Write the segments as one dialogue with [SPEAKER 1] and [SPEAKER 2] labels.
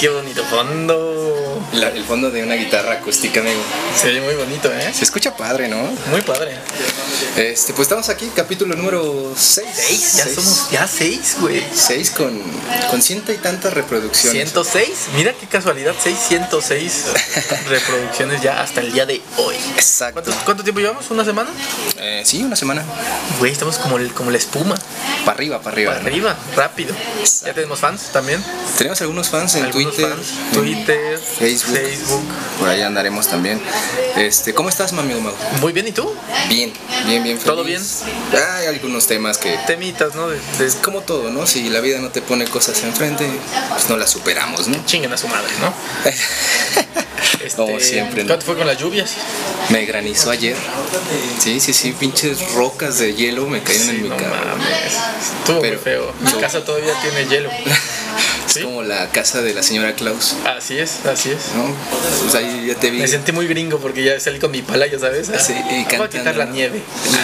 [SPEAKER 1] Qué bonito fondo.
[SPEAKER 2] La- el fondo de una guitarra acústica, amigo.
[SPEAKER 1] Se ve muy bonito, ¿eh?
[SPEAKER 2] Se escucha padre, ¿no?
[SPEAKER 1] Muy padre.
[SPEAKER 2] Este, pues estamos aquí, capítulo número 6.
[SPEAKER 1] Ya somos ya seis, güey.
[SPEAKER 2] 6 con, con ciento y tantas reproducciones.
[SPEAKER 1] 106. Mira qué casualidad, 606 reproducciones ya hasta el día de hoy.
[SPEAKER 2] Exacto.
[SPEAKER 1] ¿Cuánto, cuánto tiempo llevamos? ¿Una semana?
[SPEAKER 2] Eh, sí, una semana.
[SPEAKER 1] Güey, estamos como, el- como la espuma.
[SPEAKER 2] Para arriba, para arriba.
[SPEAKER 1] Para
[SPEAKER 2] ¿no?
[SPEAKER 1] arriba, rápido. Ya tenemos fans también.
[SPEAKER 2] Tenemos algunos fans en
[SPEAKER 1] Algunos
[SPEAKER 2] Twitter.
[SPEAKER 1] fans.
[SPEAKER 2] en-
[SPEAKER 1] Twitter,
[SPEAKER 2] Facebook. Por ahí andaremos también. Este, ¿cómo estás, mami Mau?
[SPEAKER 1] Muy bien, ¿y tú?
[SPEAKER 2] Bien, bien, bien.
[SPEAKER 1] ¿Todo
[SPEAKER 2] feliz. Hay algunos temas que
[SPEAKER 1] Temitas, ¿no? De,
[SPEAKER 2] es como todo, ¿no? Si la vida no te pone cosas enfrente, pues no las superamos, ¿no?
[SPEAKER 1] chinguen a su madre, ¿no? Este,
[SPEAKER 2] Como siempre, ¿no?
[SPEAKER 1] ¿Cuánto fue con las lluvias?
[SPEAKER 2] Me granizó ayer. Sí, sí, sí, pinches rocas de hielo me caíron en mi
[SPEAKER 1] no
[SPEAKER 2] cara.
[SPEAKER 1] mames. Estuvo muy
[SPEAKER 2] Pero-
[SPEAKER 1] feo. Mi
[SPEAKER 2] no.
[SPEAKER 1] casa todavía tiene hielo.
[SPEAKER 2] Es
[SPEAKER 1] ¿Sí?
[SPEAKER 2] como la casa de la señora Klaus,
[SPEAKER 1] Así es, así es.
[SPEAKER 2] ¿no? Pues ahí ya te vi.
[SPEAKER 1] Me sentí muy gringo porque ya salí con mi pala, ya sabes. Ah,
[SPEAKER 2] Sí, y
[SPEAKER 1] Voy
[SPEAKER 2] cantando.
[SPEAKER 1] a quitar la nieve.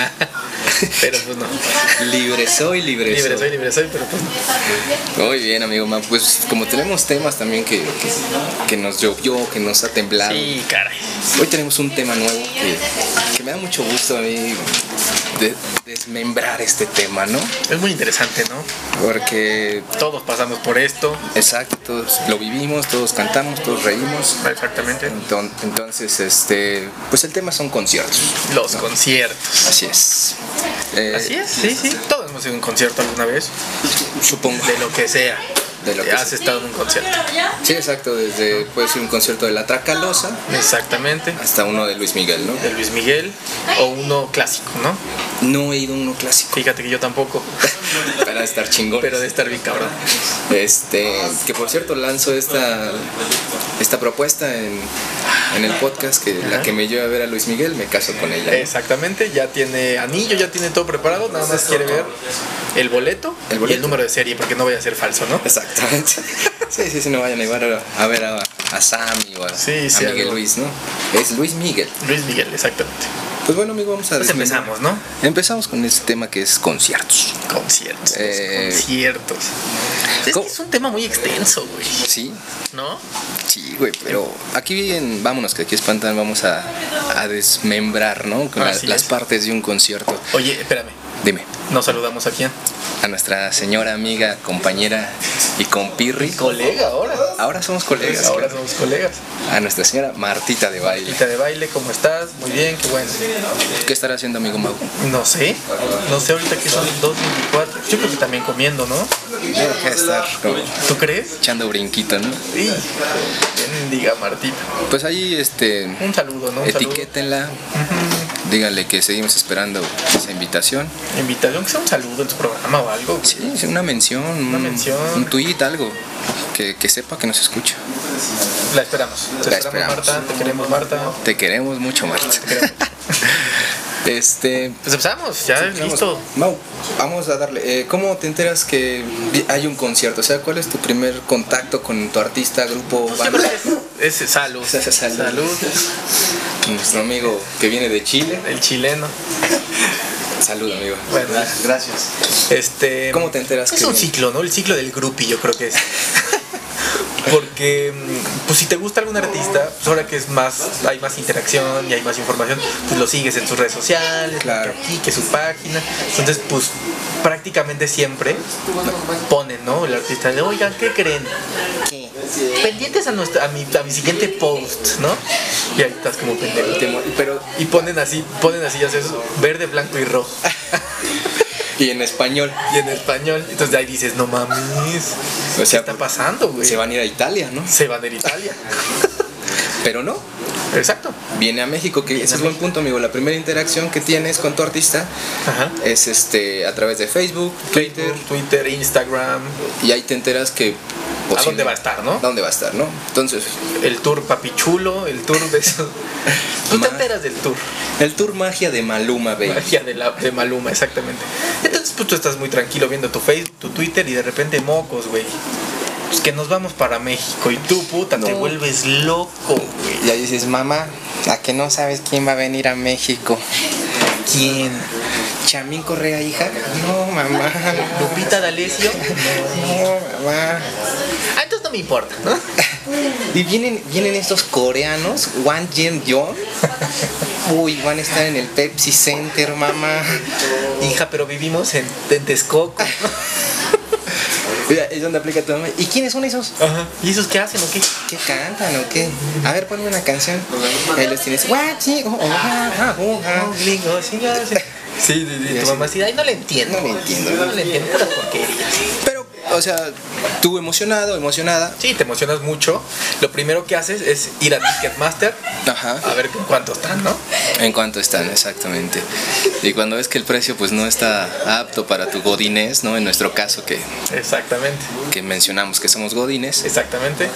[SPEAKER 1] Ah, pero pues no.
[SPEAKER 2] Libre soy, libre,
[SPEAKER 1] Libre
[SPEAKER 2] soy.
[SPEAKER 1] soy, libre soy, pero pues no.
[SPEAKER 2] Muy bien, amigo. Mau. Pues como tenemos temas también que, que, que nos llovió, que nos ha temblado.
[SPEAKER 1] Sí, caray.
[SPEAKER 2] Hoy tenemos un tema nuevo que, que me da mucho gusto a mí de- desmembrar este tema, ¿no?
[SPEAKER 1] Es muy interesante, ¿no?
[SPEAKER 2] Porque,
[SPEAKER 1] Todos pasamos por esto.
[SPEAKER 2] exacto, todos lo vivimos, todos cantamos, todos reímos.
[SPEAKER 1] Exactamente.
[SPEAKER 2] Enton- Entonces, este, pues el tema son conciertos.
[SPEAKER 1] Los conciertos.
[SPEAKER 2] Así es. Eh,
[SPEAKER 1] Así es, sí, sí. Todos hemos ido a un concierto alguna vez.
[SPEAKER 2] Supongo.
[SPEAKER 1] De lo que sea.
[SPEAKER 2] De lo
[SPEAKER 1] Te
[SPEAKER 2] que
[SPEAKER 1] has
[SPEAKER 2] sea.
[SPEAKER 1] estado en un concierto.
[SPEAKER 2] Sí, exacto. Desde puede ser un concierto de La Tracalosa
[SPEAKER 1] Exactamente.
[SPEAKER 2] hasta uno de Luis Miguel, ¿no?
[SPEAKER 1] De Luis Miguel o uno clásico, ¿no?
[SPEAKER 2] No he ido a uno clásico
[SPEAKER 1] Fíjate que yo tampoco,
[SPEAKER 2] Pues. para estar chingón.
[SPEAKER 1] pero de estar bien cabrón.
[SPEAKER 2] Este, que por cierto lanzo esta, esta propuesta en, en el podcast que la
[SPEAKER 1] Ajá.
[SPEAKER 2] que me lleve a ver a Luis Miguel me caso con ella. ¿no?
[SPEAKER 1] Exactamente, ya tiene anillo, ya tiene todo preparado, nada más quiere ver el boleto,
[SPEAKER 2] El
[SPEAKER 1] y
[SPEAKER 2] boleto.
[SPEAKER 1] el número de serie, porque no vaya a ser falso, ¿no?
[SPEAKER 2] Exactamente. Sí, sí, sí, no vayan a llevar a, a ver a, a Sammy o a,
[SPEAKER 1] Sí, sí,
[SPEAKER 2] a Miguel
[SPEAKER 1] algo.
[SPEAKER 2] Luis, ¿no? Es Luis Miguel.
[SPEAKER 1] Luis Miguel, exactamente.
[SPEAKER 2] Pues bueno, amigo, vamos a
[SPEAKER 1] Pues
[SPEAKER 2] desmenuzar.
[SPEAKER 1] empezamos, ¿no?
[SPEAKER 2] Empezamos con este tema que es conciertos.
[SPEAKER 1] Conciertos. los
[SPEAKER 2] Eh,
[SPEAKER 1] conciertos. Es, que
[SPEAKER 2] ¿cómo?
[SPEAKER 1] es un tema muy extenso, güey,
[SPEAKER 2] Sí,
[SPEAKER 1] ¿no?
[SPEAKER 2] sí, güey, pero aquí en Vámonos, que aquí espantan, vamos a, a desmembrar, ¿no? Con la-
[SPEAKER 1] Así
[SPEAKER 2] las
[SPEAKER 1] es.
[SPEAKER 2] partes de un concierto.
[SPEAKER 1] Oye, espérame,
[SPEAKER 2] Dime,
[SPEAKER 1] ¿nos saludamos a quién?
[SPEAKER 2] a nuestra señora amiga, compañera y compirri.
[SPEAKER 1] Colega ahora.
[SPEAKER 2] Ahora somos colegas.
[SPEAKER 1] Ahora
[SPEAKER 2] claro.
[SPEAKER 1] somos colegas.
[SPEAKER 2] A nuestra señora Martita de baile.
[SPEAKER 1] Quita de baile, ¿cómo estás? Muy bien, qué bueno.
[SPEAKER 2] ¿Qué estará haciendo, amigo Mau?
[SPEAKER 1] No sé, no sé ahorita que son 2.24. Yo creo que también comiendo, ¿no?
[SPEAKER 2] Debe de estar como
[SPEAKER 1] ¿Tú crees?
[SPEAKER 2] echando brinquito, ¿no?
[SPEAKER 1] Sí. Bendiga Martín.
[SPEAKER 2] Pues ahí, este,
[SPEAKER 1] Un saludo, ¿no? Un
[SPEAKER 2] etiquétenla, díganle que seguimos esperando esa invitación.
[SPEAKER 1] saludo. Invitación que sea un saludo en su programa o algo. güey.
[SPEAKER 2] Sí, sí, una mención, un,
[SPEAKER 1] mención.
[SPEAKER 2] un tweet, algo. Que, que sepa que nos escucha.
[SPEAKER 1] La esperamos. Te
[SPEAKER 2] La
[SPEAKER 1] esperamos,
[SPEAKER 2] esperamos.
[SPEAKER 1] Marta. Te queremos, Marta.
[SPEAKER 2] Te queremos mucho, Marta. este.
[SPEAKER 1] Pues empezamos, ya listo.
[SPEAKER 2] Mau, vamos a darle. eh, ¿Cómo te enteras que vi- hay un concierto? O sea, ¿cuál es tu primer contacto con tu artista, grupo,
[SPEAKER 1] Yo
[SPEAKER 2] banda?
[SPEAKER 1] creo que es- es salud.
[SPEAKER 2] Salud. Nuestro amigo que viene de Chile.
[SPEAKER 1] El chileno.
[SPEAKER 2] Salud, amigo.
[SPEAKER 1] Bueno,
[SPEAKER 3] Gracias.
[SPEAKER 1] este.
[SPEAKER 2] ¿Cómo te enteras
[SPEAKER 1] Es
[SPEAKER 2] que
[SPEAKER 1] un ciclo, ¿no? El ciclo del groupie, yo creo que es. Porque, mm, pues si te gusta algún artista, pues ahora que es más, hay más interacción y hay más información, pues lo sigues en sus redes sociales,
[SPEAKER 2] Claro.
[SPEAKER 1] que aquí, que su página. Entonces, pues prácticamente siempre ponen, ¿no? El artista de, oigan, ¿qué creen? Pendientes a, nuestra, a, mi, a mi siguiente post, ¿no? Y ahí estás como pendejo.
[SPEAKER 2] te mo- Pero,
[SPEAKER 1] Y ponen así, ponen así, ya sabes, verde, blanco y rojo.
[SPEAKER 2] y en español.
[SPEAKER 1] Y en español. Entonces de ahí dices, no mames.
[SPEAKER 2] O sea,
[SPEAKER 1] ¿Qué está pasando, güey?
[SPEAKER 2] se van a ir a Italia, ¿no?
[SPEAKER 1] Se van a ir a Italia.
[SPEAKER 2] Pero no,
[SPEAKER 1] Exacto.
[SPEAKER 2] viene a México, que ese
[SPEAKER 1] a
[SPEAKER 2] es buen punto, amigo. La primera interacción que tienes con tu artista
[SPEAKER 1] Ajá.
[SPEAKER 2] es este a través de Facebook, Twitter,
[SPEAKER 1] Twitter, Instagram.
[SPEAKER 2] y ahí te enteras que
[SPEAKER 1] ¿A dónde va a estar, Oh, no?
[SPEAKER 2] ¿A dónde va a estar, no? Entonces,
[SPEAKER 1] El tour papichulo, el tour de eso. Tú te
[SPEAKER 2] Ma-
[SPEAKER 1] enteras del tour.
[SPEAKER 2] el tour magia de Maluma, baby.
[SPEAKER 1] Magia de, la, de Maluma, exactamente. Entonces, pues tú estás muy tranquilo viendo tu Facebook, tu Twitter y de repente mocos, güey. Pues que nos vamos para México y tú, puta, te
[SPEAKER 2] No.
[SPEAKER 1] vuelves loco, güey.
[SPEAKER 2] Y ahí dices, "Mamá, a que no sabes quién va a venir a México."
[SPEAKER 1] ¿Quién?
[SPEAKER 2] ¿Chamín Correa, hija? No, mamá.
[SPEAKER 1] ¿Lupita D'Alessio?
[SPEAKER 2] No, mamá.
[SPEAKER 1] Ah, entonces no me importa, ¿no?
[SPEAKER 2] Y vienen, vienen estos coreanos, Wan Jin Young. Uy, van a estar en el Pepsi Center, mamá.
[SPEAKER 1] Hija, pero vivimos en, en Texcoco.
[SPEAKER 2] Mira, es donde aplica tu mamá. ¿Y quiénes son esos?
[SPEAKER 1] Ajá. ¿Y esos qué hacen o qué?
[SPEAKER 2] ¿Qué cantan o qué? A ver, ponme una canción. Ahí los tienes. Guachi, oh, oh, ah, ah, oh, ah.
[SPEAKER 1] No, gringo, sí, no, sí. Sí, sí, sí, tu mamá sí, ay, no le entiendo.
[SPEAKER 2] No le entiendo.
[SPEAKER 1] No le entiendo, puras porquerías.
[SPEAKER 2] Pero, o sea, tú emocionado, emocionada.
[SPEAKER 1] Sí, te emocionas mucho. Lo primero que haces es ir a Ticketmaster
[SPEAKER 2] Ajá.
[SPEAKER 1] a ver con cuánto están, ¿no?
[SPEAKER 2] En cuánto están, exactamente. Y cuando ves que el precio pues no está apto para tu godinés, ¿no? En nuestro caso que,
[SPEAKER 1] Exactamente,
[SPEAKER 2] que mencionamos que somos godines,
[SPEAKER 1] exactamente.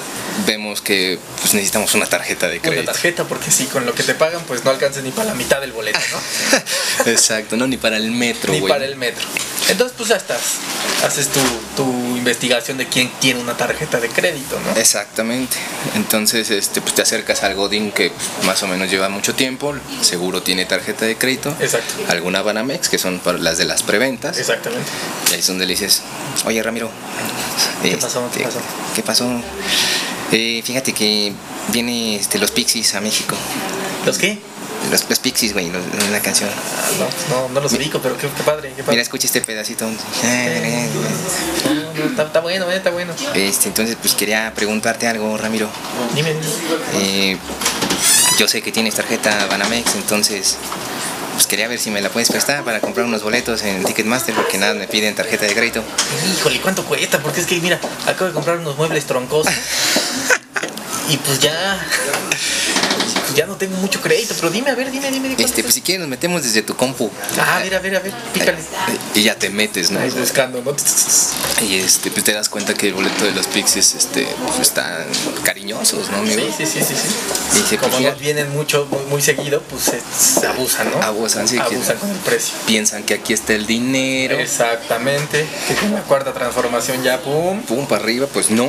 [SPEAKER 2] vemos que pues necesitamos una tarjeta de
[SPEAKER 1] Con la
[SPEAKER 2] crédito.
[SPEAKER 1] tarjeta, porque sí, con lo que te pagan, pues no alcanzas ni para la mitad del boleto, ¿no?
[SPEAKER 2] Exacto, no ni para el metro,
[SPEAKER 1] ni
[SPEAKER 2] güey.
[SPEAKER 1] para el metro. Entonces, pues ya estás. Haces tu, tu investigación de quién tiene una tarjeta de crédito, ¿no?
[SPEAKER 2] Exactamente. Entonces, este pues te acercas al godín que pues, más o menos lleva mucho tiempo, seguro tiene tarjeta de crédito.
[SPEAKER 1] Exacto.
[SPEAKER 2] Alguna Banamex, que son para las de las preventas.
[SPEAKER 1] Exactamente.
[SPEAKER 2] Y ahí es donde le dices, oye Ramiro, ¿qué
[SPEAKER 1] pasó? ¿Qué pasó?"
[SPEAKER 2] ¿Qué pasó? Eh, fíjate que vienen este, los Pixies a México.
[SPEAKER 1] ¿Los qué?
[SPEAKER 2] Los, los Pixies, güey, los- la canción.
[SPEAKER 1] Ah, no, no, no los ubico, pero qué, qué padre, qué
[SPEAKER 2] Mira,
[SPEAKER 1] padre.
[SPEAKER 2] escucha este pedacito. eh,
[SPEAKER 1] No, no, está, está bueno, eh, está bueno.
[SPEAKER 2] Este, entonces, pues quería preguntarte algo, Ramiro.
[SPEAKER 1] Dime.
[SPEAKER 2] Eh, yo sé que tienes tarjeta Banamex, entonces pues quería ver si me la puedes prestar para comprar unos boletos en Ticketmaster porque nada me piden tarjeta de crédito.
[SPEAKER 1] Híjole, ¿cuánto cuesta? Porque es que, mira, acabo de comprar unos muebles troncosos. Y pues ya. pues ya no tengo mucho crédito, pero dime, a ver, dime, dime. ¿cuánto
[SPEAKER 2] Este, pues si quieres nos metemos desde tu compu. eh,
[SPEAKER 1] cuesta? Ah, a ver, a ver, a ver, pícale.
[SPEAKER 2] Y ya te metes, ¿no?
[SPEAKER 1] Ahí buscando, ¿no?
[SPEAKER 2] Y este, pues te das cuenta que el boleto de los Pixies este, pues, están cariñosos, ¿no, amigo?
[SPEAKER 1] Sí, sí, sí, sí. sí.
[SPEAKER 2] Y se
[SPEAKER 1] Como
[SPEAKER 2] confía-
[SPEAKER 1] nos vienen mucho, muy, muy seguido, pues se, se abusan, ¿no?
[SPEAKER 2] Abusan, sí, que-
[SPEAKER 1] Abusan con el precio.
[SPEAKER 2] Piensan que aquí está el dinero.
[SPEAKER 1] Exactamente. Que con la cuarta transformación ya, pum.
[SPEAKER 2] Pum, para arriba, pues no,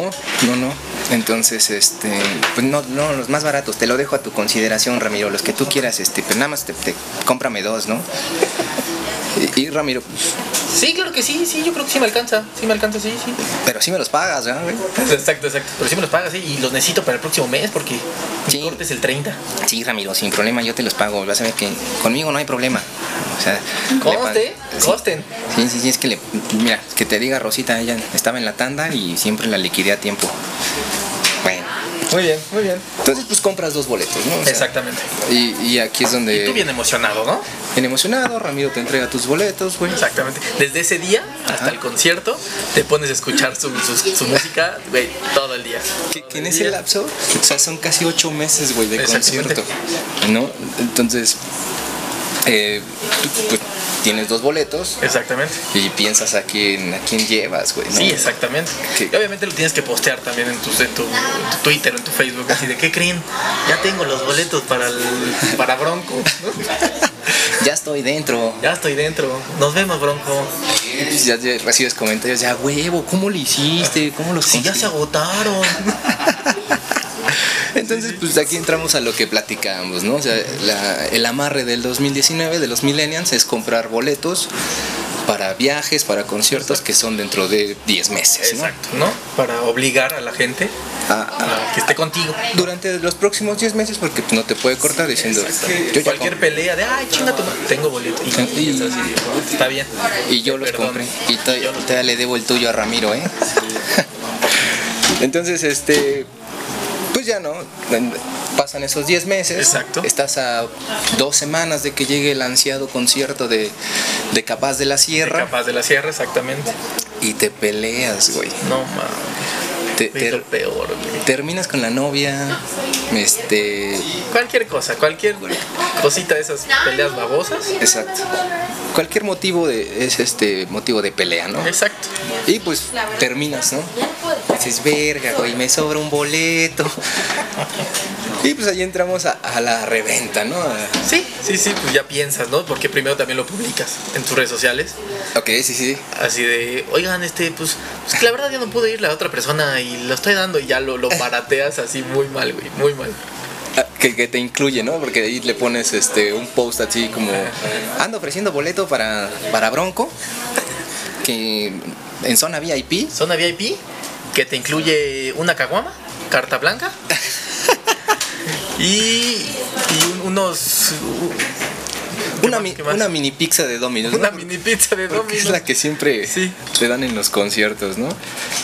[SPEAKER 2] no, no. Entonces, este, pues no, no, los más baratos, te lo dejo a tu consideración, Ramiro, los que tú quieras, este, pero nada más te, te- cómprame dos, ¿no? Y, y, Ramiro, pues,
[SPEAKER 1] Sí, claro que sí, sí, yo creo que sí me alcanza. Sí me alcanza, sí, sí.
[SPEAKER 2] pero sí me los pagas, ¿verdad? güey?
[SPEAKER 1] Exacto, exacto. Pero sí me los pagas, ¿eh? Y los necesito para el próximo mes porque
[SPEAKER 2] Sí.
[SPEAKER 1] mi corte es el 30.
[SPEAKER 2] Sí, Ramiro, sin problema, yo te los pago, vas a ver que conmigo no hay problema. O sea, le pa-
[SPEAKER 1] Coste,
[SPEAKER 2] Sí.
[SPEAKER 1] costen.
[SPEAKER 2] Sí, sí, sí, es que le, mira, que te diga Rosita, ella estaba en la tanda y siempre la liquidé a tiempo. Bueno,
[SPEAKER 1] Muy bien, muy bien.
[SPEAKER 2] entonces pues compras dos boletos, ¿no? O sea, eh,
[SPEAKER 1] Exactamente.
[SPEAKER 2] Y, y aquí es donde...
[SPEAKER 1] Y tú bien emocionado, ¿no?
[SPEAKER 2] bien emocionado, Ramiro te entrega tus boletos, güey.
[SPEAKER 1] Exactamente. Desde ese día hasta
[SPEAKER 2] Pues. Ajá.
[SPEAKER 1] el concierto, te pones a escuchar su, su, su música, güey, todo el día.
[SPEAKER 2] Que,
[SPEAKER 1] Todo
[SPEAKER 2] que en ese
[SPEAKER 1] día.
[SPEAKER 2] lapso, o sea, son casi ocho meses, güey, de
[SPEAKER 1] Exactamente.
[SPEAKER 2] concierto, ¿no? Entonces, eh, tú, pues, tienes dos boletos
[SPEAKER 1] Exactamente.
[SPEAKER 2] y piensas a quién, a quién llevas, güey, ¿no?
[SPEAKER 1] Sí, exactamente.
[SPEAKER 2] Sí.
[SPEAKER 1] Y obviamente lo tienes que postear también en tu, en tu, en tu Twitter, en tu Facebook, así de, ¿qué creen? Ya tengo los boletos para, el, para Bronco.
[SPEAKER 2] Ya estoy dentro. pues,
[SPEAKER 1] Ya estoy dentro. Nos vemos, Bronco.
[SPEAKER 2] Ya te recibes comentarios, ya, huevo, ¿cómo lo hiciste? ¿Cómo los
[SPEAKER 1] Si ya se
[SPEAKER 2] conseguiste?
[SPEAKER 1] agotaron.
[SPEAKER 2] Entonces, pues aquí entramos a lo que platicábamos, ¿no? O sea, la- el amarre del 2019 de los millennials es comprar boletos para viajes, para conciertos que son dentro de 10 meses, ¿no?
[SPEAKER 1] Exacto, ¿no? Para obligar a la gente
[SPEAKER 2] A- a-
[SPEAKER 1] a que esté contigo.
[SPEAKER 2] durante los próximos 10 meses porque pues, no te puede cortar diciendo yo ya
[SPEAKER 1] Cualquier
[SPEAKER 2] compré,
[SPEAKER 1] pelea de, ay, chinga tu madre, tengo boleto. Y, y es así, de, está bien.
[SPEAKER 2] y yo los
[SPEAKER 1] Perdón.
[SPEAKER 2] compré y to- todavía le debo el tuyo a Ramiro, ¿eh? Entonces, este pues ya no pasan esos 10 meses.
[SPEAKER 1] Exacto.
[SPEAKER 2] Estás a dos semanas de que llegue el ansiado concierto de, de Capaz de la Sierra
[SPEAKER 1] Capaz de la sierra, exactamente.
[SPEAKER 2] y te peleas, güey.
[SPEAKER 1] No mames,
[SPEAKER 2] Te-
[SPEAKER 1] es
[SPEAKER 2] te-
[SPEAKER 1] lo peor, güey.
[SPEAKER 2] terminas con la novia, este
[SPEAKER 1] Cualquier cosa, cualquier cosita de esas peleas babosas.
[SPEAKER 2] Exacto. Cualquier motivo de, es este motivo de pelea, ¿no?
[SPEAKER 1] Exacto.
[SPEAKER 2] Y pues terminas, ¿no? Dices, verga, güey, me sobra un boleto. Y pues ahí entramos a, a la reventa, ¿no? A-
[SPEAKER 1] Sí, sí, sí, pues ya piensas, ¿no? Porque primero también lo publicas en tus redes sociales.
[SPEAKER 2] Ok, sí, sí.
[SPEAKER 1] Así de, oigan, este, pues, pues que la verdad ya no pude ir la otra persona y lo estoy dando y ya lo, lo barateas así muy mal, güey, muy mal.
[SPEAKER 2] Ah, Que, que te incluye, ¿no? Porque ahí le pones este un post así como ando ofreciendo boleto para, para Bronco que en zona VIP
[SPEAKER 1] Zona VIP, que te incluye una caguama, carta blanca y, y un- unos ¿Qué
[SPEAKER 2] Una,
[SPEAKER 1] más?
[SPEAKER 2] mi-
[SPEAKER 1] ¿Qué más?
[SPEAKER 2] una mini pizza de Domino's. ¿no?
[SPEAKER 1] una mini pizza de
[SPEAKER 2] Porque es
[SPEAKER 1] dominos
[SPEAKER 2] la que siempre
[SPEAKER 1] Sí.
[SPEAKER 2] se dan en los conciertos, ¿no?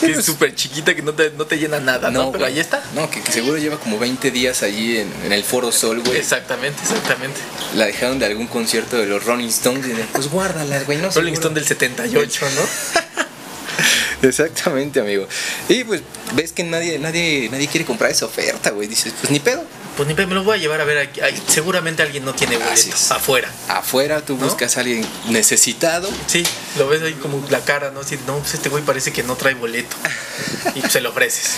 [SPEAKER 1] que es súper chiquita que no te, no te llena nada, Ah, ¿no? Pero
[SPEAKER 2] güey.
[SPEAKER 1] ahí está.
[SPEAKER 2] No, que, que seguro lleva como 20 días allí en, en el Foro Sol, güey.
[SPEAKER 1] Exactamente, exactamente.
[SPEAKER 2] La dejaron de algún concierto de los Rolling Stones. y de, pues guárdalas, güey. No
[SPEAKER 1] Rolling
[SPEAKER 2] seguro".
[SPEAKER 1] Stone del 78, ¿no?
[SPEAKER 2] Exactamente, amigo. Y pues ves que nadie, nadie, nadie quiere comprar esa oferta, güey. Dices, pues ni pedo.
[SPEAKER 1] Pues ni pe- me los voy a llevar a ver aquí. Ay, seguramente alguien no tiene
[SPEAKER 2] Así
[SPEAKER 1] boletos
[SPEAKER 2] es.
[SPEAKER 1] afuera.
[SPEAKER 2] Afuera tú buscas a alguien necesitado.
[SPEAKER 1] Sí, lo ves ahí como la cara, ¿no? Así, no, pues este güey parece que no trae boleto. Y pues, se lo ofreces.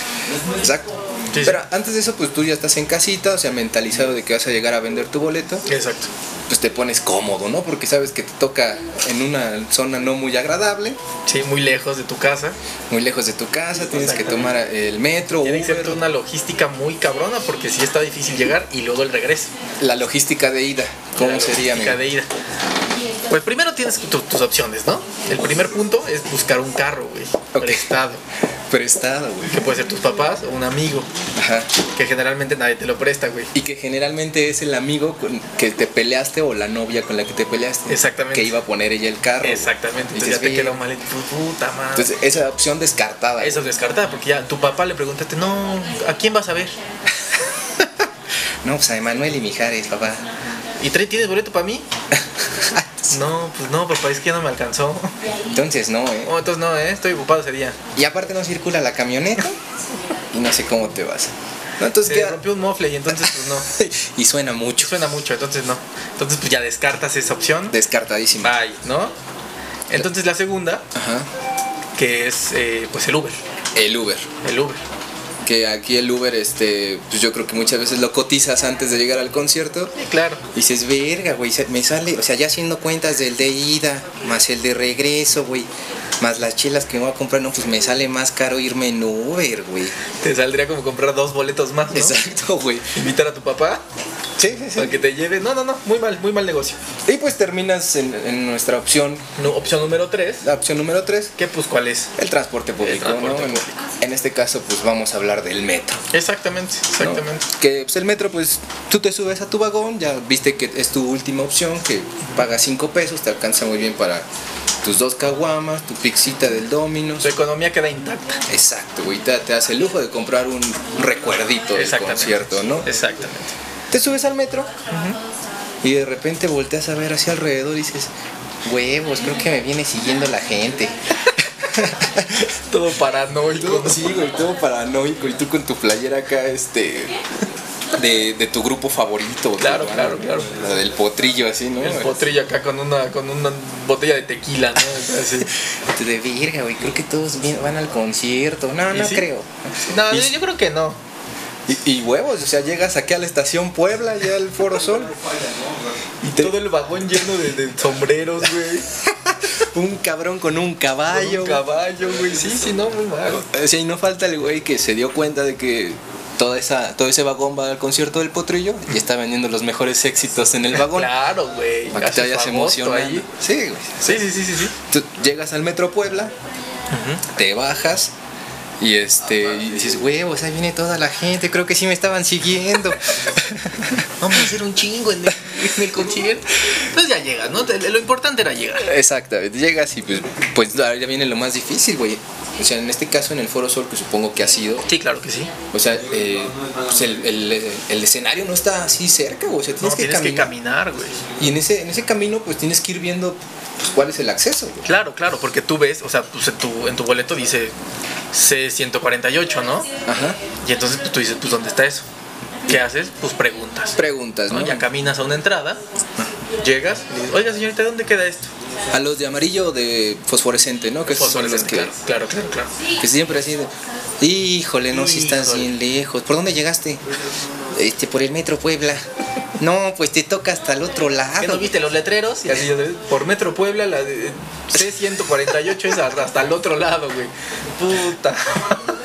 [SPEAKER 2] Exacto.
[SPEAKER 1] Sí, sí.
[SPEAKER 2] Pero antes de eso, pues tú ya estás en casita, o sea, mentalizado de que vas a llegar a vender tu boleto.
[SPEAKER 1] Exacto.
[SPEAKER 2] Pues te pones cómodo, ¿no? Porque sabes que te toca en una zona no muy agradable,
[SPEAKER 1] Sí, muy lejos de tu casa.
[SPEAKER 2] muy lejos de tu casa, tienes que tomar el metro,
[SPEAKER 1] Tiene que ser
[SPEAKER 2] Uber,
[SPEAKER 1] toda una logística muy cabrona porque sí está difícil llegar y luego el regreso.
[SPEAKER 2] la logística de ida. ¿Cómo
[SPEAKER 1] La
[SPEAKER 2] sería,
[SPEAKER 1] logística
[SPEAKER 2] amigo?
[SPEAKER 1] de ida. Pues primero tienes tu- tus opciones, ¿no? El primer punto es buscar un carro, güey.
[SPEAKER 2] Ok.
[SPEAKER 1] Prestado.
[SPEAKER 2] Prestado, güey.
[SPEAKER 1] Que puede ser tus papás o un amigo.
[SPEAKER 2] Ajá.
[SPEAKER 1] Que generalmente nadie te lo presta, güey.
[SPEAKER 2] Y que generalmente es el amigo con que te peleaste o la novia con la que te peleaste.
[SPEAKER 1] Exactamente.
[SPEAKER 2] Que iba a poner ella el carro.
[SPEAKER 1] Exactamente.
[SPEAKER 2] Y
[SPEAKER 1] Entonces ya
[SPEAKER 2] dices,
[SPEAKER 1] te queda
[SPEAKER 2] "Ve".
[SPEAKER 1] un maletín. Puta madre.
[SPEAKER 2] Entonces, esa opción descartada.
[SPEAKER 1] Eso es descartada, porque ya tu papá le preguntaste, no, ¿a quién vas a ver?
[SPEAKER 2] No, pues a Emanuel y Mijares, papá.
[SPEAKER 1] ¿Y tres tienes boleto para mí? No, pues no, papá, es que ya no me alcanzó.
[SPEAKER 2] Entonces, no, ¿eh?
[SPEAKER 1] Oh, entonces no, ¿eh? estoy ocupado ese día.
[SPEAKER 2] Y aparte no circula la camioneta y no sé cómo te vas. No, entonces
[SPEAKER 1] Se
[SPEAKER 2] queda-
[SPEAKER 1] rompió un mofle y entonces pues no.
[SPEAKER 2] y suena mucho.
[SPEAKER 1] Suena mucho, entonces no. Entonces pues ya descartas esa opción.
[SPEAKER 2] Descartadísimo.
[SPEAKER 1] Bye, ¿no? Entonces la segunda,
[SPEAKER 2] Ajá.
[SPEAKER 1] que es eh, pues el Uber.
[SPEAKER 2] El Uber.
[SPEAKER 1] El Uber.
[SPEAKER 2] Que aquí el Uber, este, pues yo creo que muchas veces lo cotizas antes de llegar al concierto.
[SPEAKER 1] Sí, claro.
[SPEAKER 2] Y dices, verga, güey, se- me sale, o sea, ya haciendo cuentas del de ida, más el de regreso, güey, más las chelas que me voy a comprar, no, pues me sale más caro irme en Uber, güey.
[SPEAKER 1] Te saldría como comprar dos boletos más, ¿no?
[SPEAKER 2] Exacto, güey.
[SPEAKER 1] Invitar a tu papá
[SPEAKER 2] Sí, sí,
[SPEAKER 1] para que te lleve. No, no, no, muy mal, muy mal negocio.
[SPEAKER 2] Y pues terminas en, en nuestra opción,
[SPEAKER 1] No, opción número tres,
[SPEAKER 2] la opción número 3,
[SPEAKER 1] que pues cuál es.
[SPEAKER 2] el transporte público,
[SPEAKER 1] transporte
[SPEAKER 2] ¿no? En- En, este caso, pues vamos a hablar del metro.
[SPEAKER 1] Exactamente,
[SPEAKER 2] ¿no?
[SPEAKER 1] exactamente.
[SPEAKER 2] Que pues, el metro, pues tú te subes a tu vagón, ya viste que es tu última opción, que pagas 5 pesos, te alcanza muy bien para tus dos caguamas, tu pixita del Dominos.
[SPEAKER 1] Su economía queda intacta.
[SPEAKER 2] Exacto, güey, te, te hace el lujo de comprar un recuerdito del concierto, ¿no?
[SPEAKER 1] Exactamente.
[SPEAKER 2] Te subes al metro y de repente volteas a ver hacia alrededor y dices, huevos, creo que me viene siguiendo la gente.
[SPEAKER 1] Todo paranoico. ¿no?
[SPEAKER 2] Sí, güey, todo paranoico y tú con tu playera acá, este... De, de tu grupo favorito.
[SPEAKER 1] Claro,
[SPEAKER 2] tu
[SPEAKER 1] claro,
[SPEAKER 2] banda,
[SPEAKER 1] claro.
[SPEAKER 2] La del potrillo, así, ¿no?
[SPEAKER 1] El potrillo acá con una, con una botella de tequila, ¿no? O sea, sí.
[SPEAKER 2] Tú De verga, güey, creo que todos vi- van al concierto. No,
[SPEAKER 1] ¿Y
[SPEAKER 2] no
[SPEAKER 1] sí?
[SPEAKER 2] creo.
[SPEAKER 1] No,
[SPEAKER 2] Y-
[SPEAKER 1] yo, yo creo que no.
[SPEAKER 2] Y, y huevos, o sea, llegas aquí a la estación Puebla, ya al Foro Sol.
[SPEAKER 1] Y todo el vagón lleno de, de sombreros, güey.
[SPEAKER 2] Un cabrón con un
[SPEAKER 1] Con
[SPEAKER 2] caballo.
[SPEAKER 1] un caballo, güey. Sí, sí, no, muy malo.
[SPEAKER 2] O sea, y no falta el güey que se dio cuenta de que toda esa, todo ese vagón va al concierto del potrillo y está vendiendo los mejores éxitos en el vagón.
[SPEAKER 1] Claro, güey.
[SPEAKER 2] Para que
[SPEAKER 1] Hace
[SPEAKER 2] te vayas
[SPEAKER 1] famoso
[SPEAKER 2] emocionando.
[SPEAKER 1] ahí.
[SPEAKER 2] Sí, güey.
[SPEAKER 1] Sí, sí, sí, sí, sí.
[SPEAKER 2] Tú llegas al Metro Puebla, te bajas. Y
[SPEAKER 1] Ah,
[SPEAKER 2] este, y dices, huevos, ahí viene toda la gente, creo que sí me estaban siguiendo.
[SPEAKER 1] Vamos a hacer un chingo en el, en el concierto. Entonces Pues ya llegas, ¿no? Te- Lo importante era llegar.
[SPEAKER 2] Exactamente, llegas y pues, pues ya viene lo más difícil, güey. O sea, en este caso en el Foro Sol, que supongo que ha sido,
[SPEAKER 1] Sí, claro que sí.
[SPEAKER 2] O sea, eh, pues el, el- el escenario no está así cerca, güey. O sea,
[SPEAKER 1] No,
[SPEAKER 2] tienes, que,
[SPEAKER 1] tienes que
[SPEAKER 2] caminar.
[SPEAKER 1] caminar, güey.
[SPEAKER 2] Y en ese, en ese camino, pues tienes que ir viendo pues, cuál es el acceso, güey.
[SPEAKER 1] Claro, claro, porque tú ves, o sea, pues en tu, en tu boleto dice C148, ¿no?
[SPEAKER 2] Ajá.
[SPEAKER 1] Y entonces pues, tú dices, pues ¿dónde está eso? ¿Qué haces? Pues preguntas.
[SPEAKER 2] Preguntas,
[SPEAKER 1] ¿no?
[SPEAKER 2] ¿no?
[SPEAKER 1] Ya caminas a una entrada, llegas, y dices, oiga señorita, ¿dónde queda esto?
[SPEAKER 2] A los de amarillo o de fosforescente, ¿no? Que esos son los que,
[SPEAKER 1] Claro, claro, claro, claro.
[SPEAKER 2] que siempre así de. Híjole, no, si estás
[SPEAKER 1] Híjole.
[SPEAKER 2] bien lejos. ¿Por dónde llegaste? Este, por el metro Puebla. No, pues te toca hasta el otro
[SPEAKER 1] ¿Qué no
[SPEAKER 2] lado.
[SPEAKER 1] viste los letreros? Y así, por Metro Puebla, la de C148 es hasta el otro lado, güey. Puta.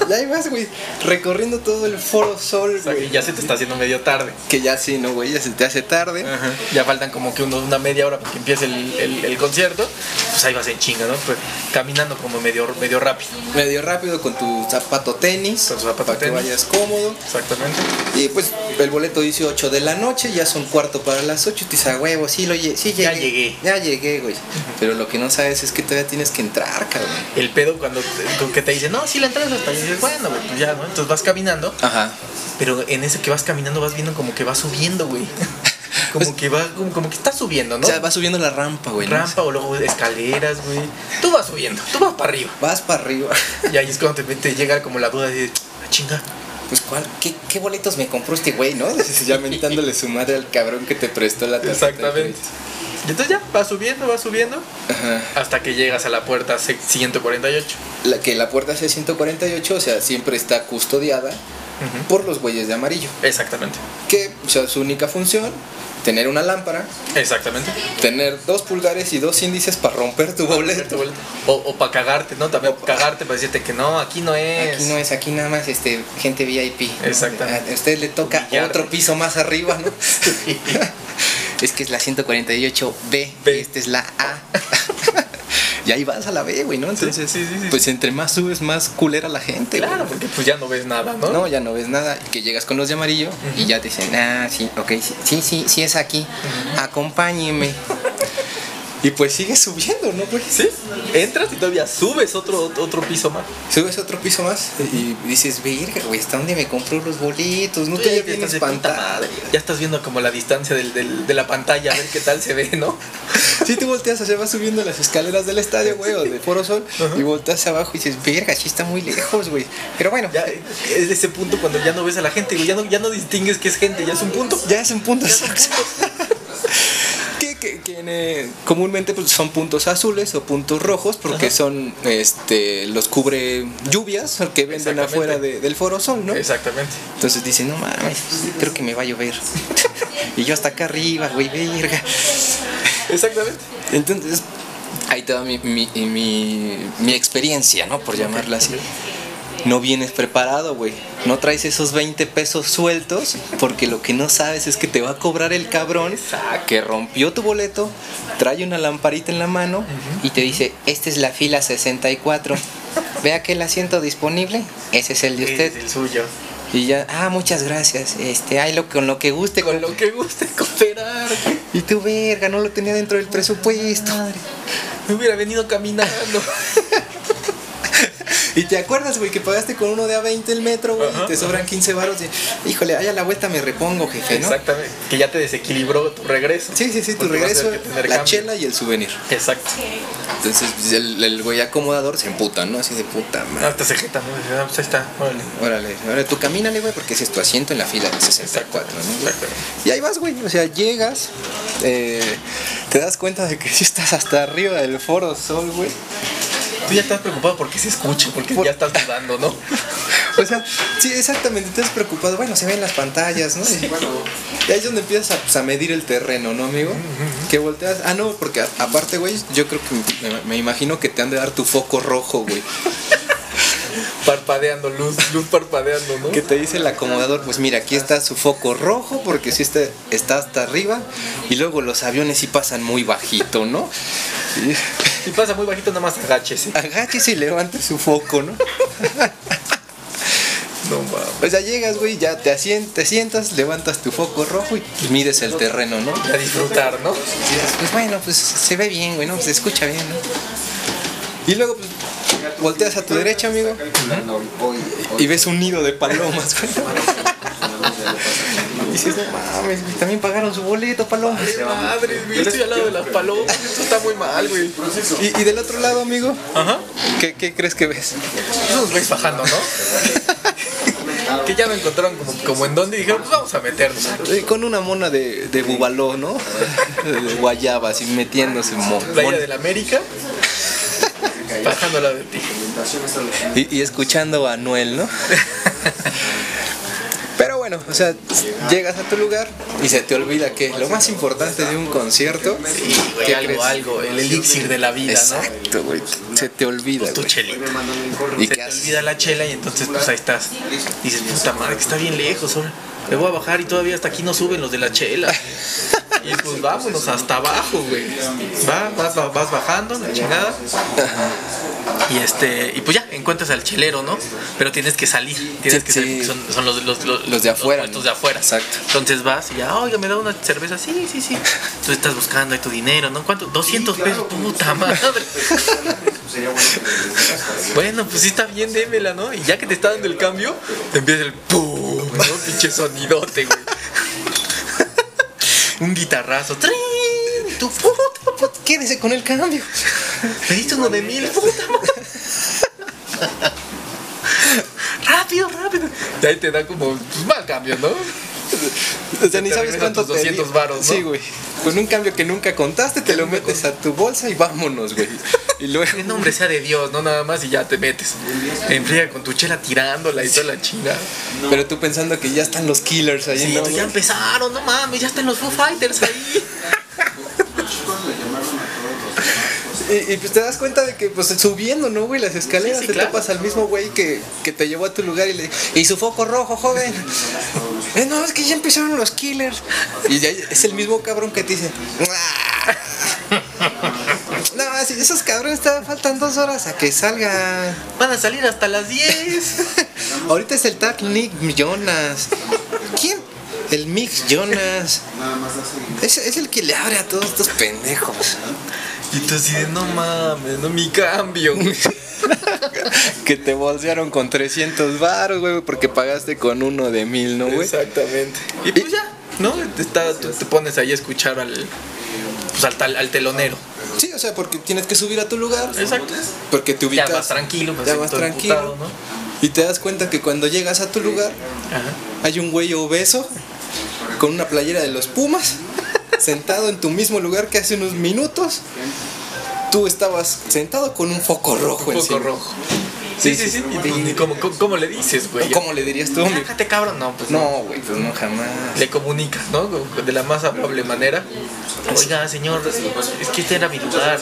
[SPEAKER 2] Y ahí vas, güey, recorriendo todo el foro sol,
[SPEAKER 1] O sea, que
[SPEAKER 2] güey.
[SPEAKER 1] ya se te está haciendo medio tarde.
[SPEAKER 2] Que ya sí, ¿no, güey? Ya se te hace tarde.
[SPEAKER 1] Ajá. Ya faltan como que unos- una media hora para que empiece el, el- el concierto. Pues ahí vas en chinga, ¿no? Pues caminando como medio, medio rápido.
[SPEAKER 2] Medio rápido con tu zapato tenis.
[SPEAKER 1] Con tu zapato
[SPEAKER 2] para
[SPEAKER 1] tenis.
[SPEAKER 2] que vayas cómodo.
[SPEAKER 1] Exactamente.
[SPEAKER 2] Y pues el boleto dice 8 de la noche, ya son cuarto para las 8, te dice, "A huevo, sí, lo lle- sí llegué.
[SPEAKER 1] Ya llegué.
[SPEAKER 2] Ya llegué, güey. Pero lo que no sabes es que todavía tienes que entrar, cabrón.
[SPEAKER 1] El pedo cuando te- con que te dicen, no, si la entrada es hasta ahí", y dices, bueno, güey, pues ya, ¿no? Entonces vas caminando,
[SPEAKER 2] Ajá.
[SPEAKER 1] pero en ese que vas caminando vas viendo como que va subiendo, güey. Como que va, como, como que está subiendo, ¿no?
[SPEAKER 2] O sea, vas subiendo la rampa, güey. ¿no?
[SPEAKER 1] Rampa o luego escaleras, güey. Tú vas subiendo, tú vas para arriba.
[SPEAKER 2] Vas para arriba.
[SPEAKER 1] Y ahí es cuando te, te llega como la duda de, "Ah, chinga,
[SPEAKER 2] Pues, ¿cuál? ¿Qué, qué boletos me compró este güey, no? Dices, Ya mentándole su madre al cabrón que te prestó la tarjeta. de
[SPEAKER 1] Exactamente. Y entonces ya, va subiendo, va subiendo,
[SPEAKER 2] crédito. Ajá.
[SPEAKER 1] hasta que llegas a la puerta se- 148.
[SPEAKER 2] La, que la puerta C148, o sea, siempre está custodiada
[SPEAKER 1] Ujú.
[SPEAKER 2] por los güeyes de amarillo.
[SPEAKER 1] Exactamente.
[SPEAKER 2] Que, o sea, su única función, tener una lámpara,
[SPEAKER 1] Exactamente.
[SPEAKER 2] tener dos pulgares y dos índices para romper tu boleto.
[SPEAKER 1] O, para cagarte, ¿no? También
[SPEAKER 2] O pa-
[SPEAKER 1] cagarte para decirte que no, aquí no es.
[SPEAKER 2] Aquí no es, aquí nada más este, gente VIP. ¿no?
[SPEAKER 1] Exactamente.
[SPEAKER 2] A usted le toca
[SPEAKER 1] Humillarte.
[SPEAKER 2] otro piso más arriba, ¿no? es que es la 148B,
[SPEAKER 1] B.
[SPEAKER 2] y esta es la A. y ahí vas a la B, güey, ¿no? Entonces,
[SPEAKER 1] sí, sí, sí.
[SPEAKER 2] pues entre más subes, más culera la gente, güey.
[SPEAKER 1] Claro, porque pues ya no ves nada, ¿no?
[SPEAKER 2] No, ya no ves nada. y Que llegas con los de amarillo y ya te dicen, ah, sí, ok, sí, sí, sí, sí es aquí. Acompáñeme. y pues sigues subiendo, ¿no, güey?
[SPEAKER 1] Sí, entras y todavía subes otro, otro piso más.
[SPEAKER 2] Subes otro piso más y dices, verga, güey, ¿hasta dónde me compró los boletos? No
[SPEAKER 1] Tú
[SPEAKER 2] te ya
[SPEAKER 1] te
[SPEAKER 2] bien
[SPEAKER 1] estás de puta
[SPEAKER 2] espantado.
[SPEAKER 1] madre. Ya estás viendo como la distancia del- del- de la pantalla, a ver qué tal se ve, ¿no?
[SPEAKER 2] Si tú volteas hacia vas subiendo las escaleras del estadio, güey, o de Foro Sol, y volteas abajo y dices, verga, sí está muy lejos, güey. Pero bueno,
[SPEAKER 1] Ya es ese punto cuando ya no ves a la gente, güey, ya no, ya no distingues que es gente, ya es un punto.
[SPEAKER 2] ya es un punto
[SPEAKER 1] Ya es un
[SPEAKER 2] exacto. que, que- que, eh, comúnmente pues, son puntos azules o puntos rojos porque
[SPEAKER 1] Ajá.
[SPEAKER 2] son este los cubre lluvias que venden
[SPEAKER 1] Exactamente.
[SPEAKER 2] afuera de- del Foro Sol, ¿no?
[SPEAKER 1] Exactamente.
[SPEAKER 2] Entonces dicen, no mames, creo que me va a llover. y yo hasta acá arriba, güey, verga.
[SPEAKER 1] Exactamente.
[SPEAKER 2] Entonces, ahí te va mi, mi, mi, mi experiencia, ¿no? Por llamarla así. No vienes preparado, güey. No traes esos 20 pesos sueltos porque lo que no sabes es que te va a cobrar el cabrón que rompió tu boleto, trae una lamparita en la mano y te dice, esta es la fila 64. Vea que el asiento disponible, ese es el de usted.
[SPEAKER 1] Es el suyo.
[SPEAKER 2] Y ya, ah, muchas gracias. Este, ay, lo, con lo que guste.
[SPEAKER 1] Con lo que guste cooperar.
[SPEAKER 2] Y tu verga, no lo tenía dentro del presupuesto.
[SPEAKER 1] Me hubiera venido caminando.
[SPEAKER 2] Y te acuerdas, güey, que pagaste con uno de A20 el metro, güey,
[SPEAKER 1] Ajá,
[SPEAKER 2] y te sobran 15 baros. Y, híjole, ay, a la vuelta me repongo, jefe, ¿no?
[SPEAKER 1] Exactamente. Que ya te desequilibró tu regreso.
[SPEAKER 2] Sí, sí, sí, tu
[SPEAKER 1] Porque vas a
[SPEAKER 2] regreso,
[SPEAKER 1] tener que tener
[SPEAKER 2] la
[SPEAKER 1] cambio.
[SPEAKER 2] chela y el souvenir.
[SPEAKER 1] Exacto.
[SPEAKER 2] Entonces, pues, el el güey acomodador se emputa, ¿no? Así de puta madre.
[SPEAKER 1] Hasta se jeta, ¿no? Dice, "Ah, pues ahí está, órale".
[SPEAKER 2] Órale, ahora tú camínale, güey, porque ese es tu asiento en la fila de 64, ¿no?
[SPEAKER 1] Exactamente.
[SPEAKER 2] Y ahí vas, güey, o sea, llegas, eh, te das cuenta de que sí estás hasta arriba del foro sol, güey.
[SPEAKER 1] Tú ya estás preocupado porque se escucha, porque
[SPEAKER 2] Por-
[SPEAKER 1] ya estás dudando, ¿no?
[SPEAKER 2] O sea, sí, exactamente, te has preocupado. Bueno, se ven las pantallas, ¿no? Y, bueno, y ahí es donde empiezas a, pues, a medir el terreno, ¿no, amigo? Que volteas. Ah, no, porque a- aparte, güey, yo creo que me, me imagino que te han de dar tu foco rojo, güey.
[SPEAKER 1] Parpadeando, luz, luz parpadeando, ¿no?
[SPEAKER 2] Que te dice el acomodador, pues mira, aquí está su foco rojo, porque sí está, está hasta arriba. Y luego los aviones sí pasan muy bajito, ¿no? Y-
[SPEAKER 1] Si pasa muy bajito, nada más ¿eh? agáchese.
[SPEAKER 2] agáchese y levante su foco, ¿no?
[SPEAKER 1] No mames.
[SPEAKER 2] O sea, llegas, güey, ya te, asien- te sientas, levantas tu foco rojo y y mides el terreno, ¿no?
[SPEAKER 1] A disfrutar, ¿no?
[SPEAKER 2] Dices, Pues bueno, pues se ve bien, güey, ¿no? Se escucha bien, ¿no? Y luego pues, volteas a tu derecha, amigo, y ves un nido de palomas, güey. Y dices, no mames, güey, también pagaron su boleto, palomas.
[SPEAKER 1] Madre, güey, estoy al lado de las palomas. Esto está muy mal, güey.
[SPEAKER 2] Y, y del otro lado, amigo,
[SPEAKER 1] Ajá.
[SPEAKER 2] ¿qué, qué crees que ves?
[SPEAKER 1] Eso nos ves bajando, ¿no? que ya me encontraron como, como en donde y dijeron, pues vamos a meternos aquí.
[SPEAKER 2] Eh, Con una mona de, de bubaló, ¿no? De guayaba, así metiéndose. mo-
[SPEAKER 1] Playa de la América. Bajando la de ti.
[SPEAKER 2] Y, y escuchando a Noel, ¿no? Pero bueno, bueno, o sea, llegas a tu lugar y se te olvida que lo más importante de un concierto.
[SPEAKER 1] Sí, güey,
[SPEAKER 2] ¿qué
[SPEAKER 1] algo,
[SPEAKER 2] crees?
[SPEAKER 1] algo, el elixir de la vida, ¿no?
[SPEAKER 2] Exacto, güey. Se te olvida,
[SPEAKER 1] Tu
[SPEAKER 2] güey.
[SPEAKER 1] chelita. Pues Se
[SPEAKER 2] ¿Y qué
[SPEAKER 1] te
[SPEAKER 2] haces?
[SPEAKER 1] olvida la chela y entonces pues ahí estás. Dices, puta madre, que está bien lejos, ahora le voy a bajar y todavía hasta aquí no suben los de la chela. Y pues vámonos hasta abajo, güey. Va, vas, va- vas bajando, la chingada. Y este, y pues ya, encuentras al chelero, ¿no? Pero tienes que salir, tienes
[SPEAKER 2] Sí,
[SPEAKER 1] que salir,
[SPEAKER 2] sí.
[SPEAKER 1] porque son, son los, los, los,
[SPEAKER 2] Los de afuera,
[SPEAKER 1] Los puestos
[SPEAKER 2] ¿no?
[SPEAKER 1] de afuera.
[SPEAKER 2] Exacto.
[SPEAKER 1] Entonces vas y ya, oiga, me da una cerveza, sí, sí, sí. Tú estás buscando ahí tu dinero, ¿no? ¿Cuánto? 200 pesos, puta madre. Bueno, pues sí está bien, démela, ¿no? Y ya que te está dando el cambio, te empieza el pum, ¿no? Pinche sonidote, güey. Un guitarrazo. ¡Trin! Tu puta, puta.
[SPEAKER 2] Quédese con el cambio.
[SPEAKER 1] Me diste uno de mil, puta madre. Rápido, rápido. Y ahí te da como pues, mal cambio, ¿no?
[SPEAKER 2] O sea, ni
[SPEAKER 1] Te
[SPEAKER 2] sabes
[SPEAKER 1] regresan
[SPEAKER 2] cuánto
[SPEAKER 1] tus
[SPEAKER 2] te
[SPEAKER 1] 200
[SPEAKER 2] dio.
[SPEAKER 1] varos, ¿no?
[SPEAKER 2] Sí, güey. Con un cambio que nunca contaste, te lo metes a tu bolsa y vámonos, güey. Y luego.
[SPEAKER 1] El nombre sea de Dios, no nada más y ya te metes. Enfría con tu chela tirándola y toda la chingada.
[SPEAKER 2] Pero tú pensando que ya están los killers ahí,
[SPEAKER 1] Sí,
[SPEAKER 2] ¿no?
[SPEAKER 1] pues ya empezaron, no mames, ya están los Foo Fighters ahí.
[SPEAKER 2] Y, y, pues te das cuenta de que pues subiendo, ¿no, güey? Las escaleras
[SPEAKER 1] Sí, sí,
[SPEAKER 2] te
[SPEAKER 1] claro.
[SPEAKER 2] topas al mismo güey que, que te llevó a tu lugar y le y su foco rojo, joven. "Eh, no, es que ya empezaron los killers. Y ya es el mismo cabrón que te dice. "Ah". No, si esos cabrones te faltan dos horas a que salgan.
[SPEAKER 1] Van a salir hasta las 10.
[SPEAKER 2] Ahorita es el tag Nick Jonas. ¿Quién? El Mick Jonas. Es, es el que le abre a todos estos pendejos.
[SPEAKER 1] Y tú así de, no mames, no mi cambio. güey".
[SPEAKER 2] Que te bolsearon con 300 varos, güey, porque pagaste con uno de mil, ¿no, güey?
[SPEAKER 1] Exactamente. Y pues ya, ¿no? Te, está- tú te pones ahí a escuchar al, pues al, tal- al telonero.
[SPEAKER 2] Sí, o sea, porque tienes que subir a tu lugar.
[SPEAKER 1] Exacto.
[SPEAKER 2] Porque te
[SPEAKER 1] Ya
[SPEAKER 2] ubicas.
[SPEAKER 1] vas tranquilo, pues,
[SPEAKER 2] ya
[SPEAKER 1] ahí
[SPEAKER 2] vas
[SPEAKER 1] todo
[SPEAKER 2] tranquilo.
[SPEAKER 1] emputado, ¿no?
[SPEAKER 2] Y te das cuenta que cuando llegas a tu lugar
[SPEAKER 1] Ajá.
[SPEAKER 2] hay un güey obeso con una playera de los Pumas, sentado en tu mismo lugar que hace unos minutos. Tú estabas sentado con un foco rojo
[SPEAKER 1] Un poco
[SPEAKER 2] encima.
[SPEAKER 1] rojo. Sí, sí, sí. Y, y- y como- como- ¿cómo le dices, güey?
[SPEAKER 2] ¿Cómo le dirías tú, hombre?
[SPEAKER 1] Déjate, cabrón. No, pues
[SPEAKER 2] No, güey, pues no jamás.
[SPEAKER 1] le comunicas, ¿no? De la más amable manera. Oiga, señor, es que este era mi lugar.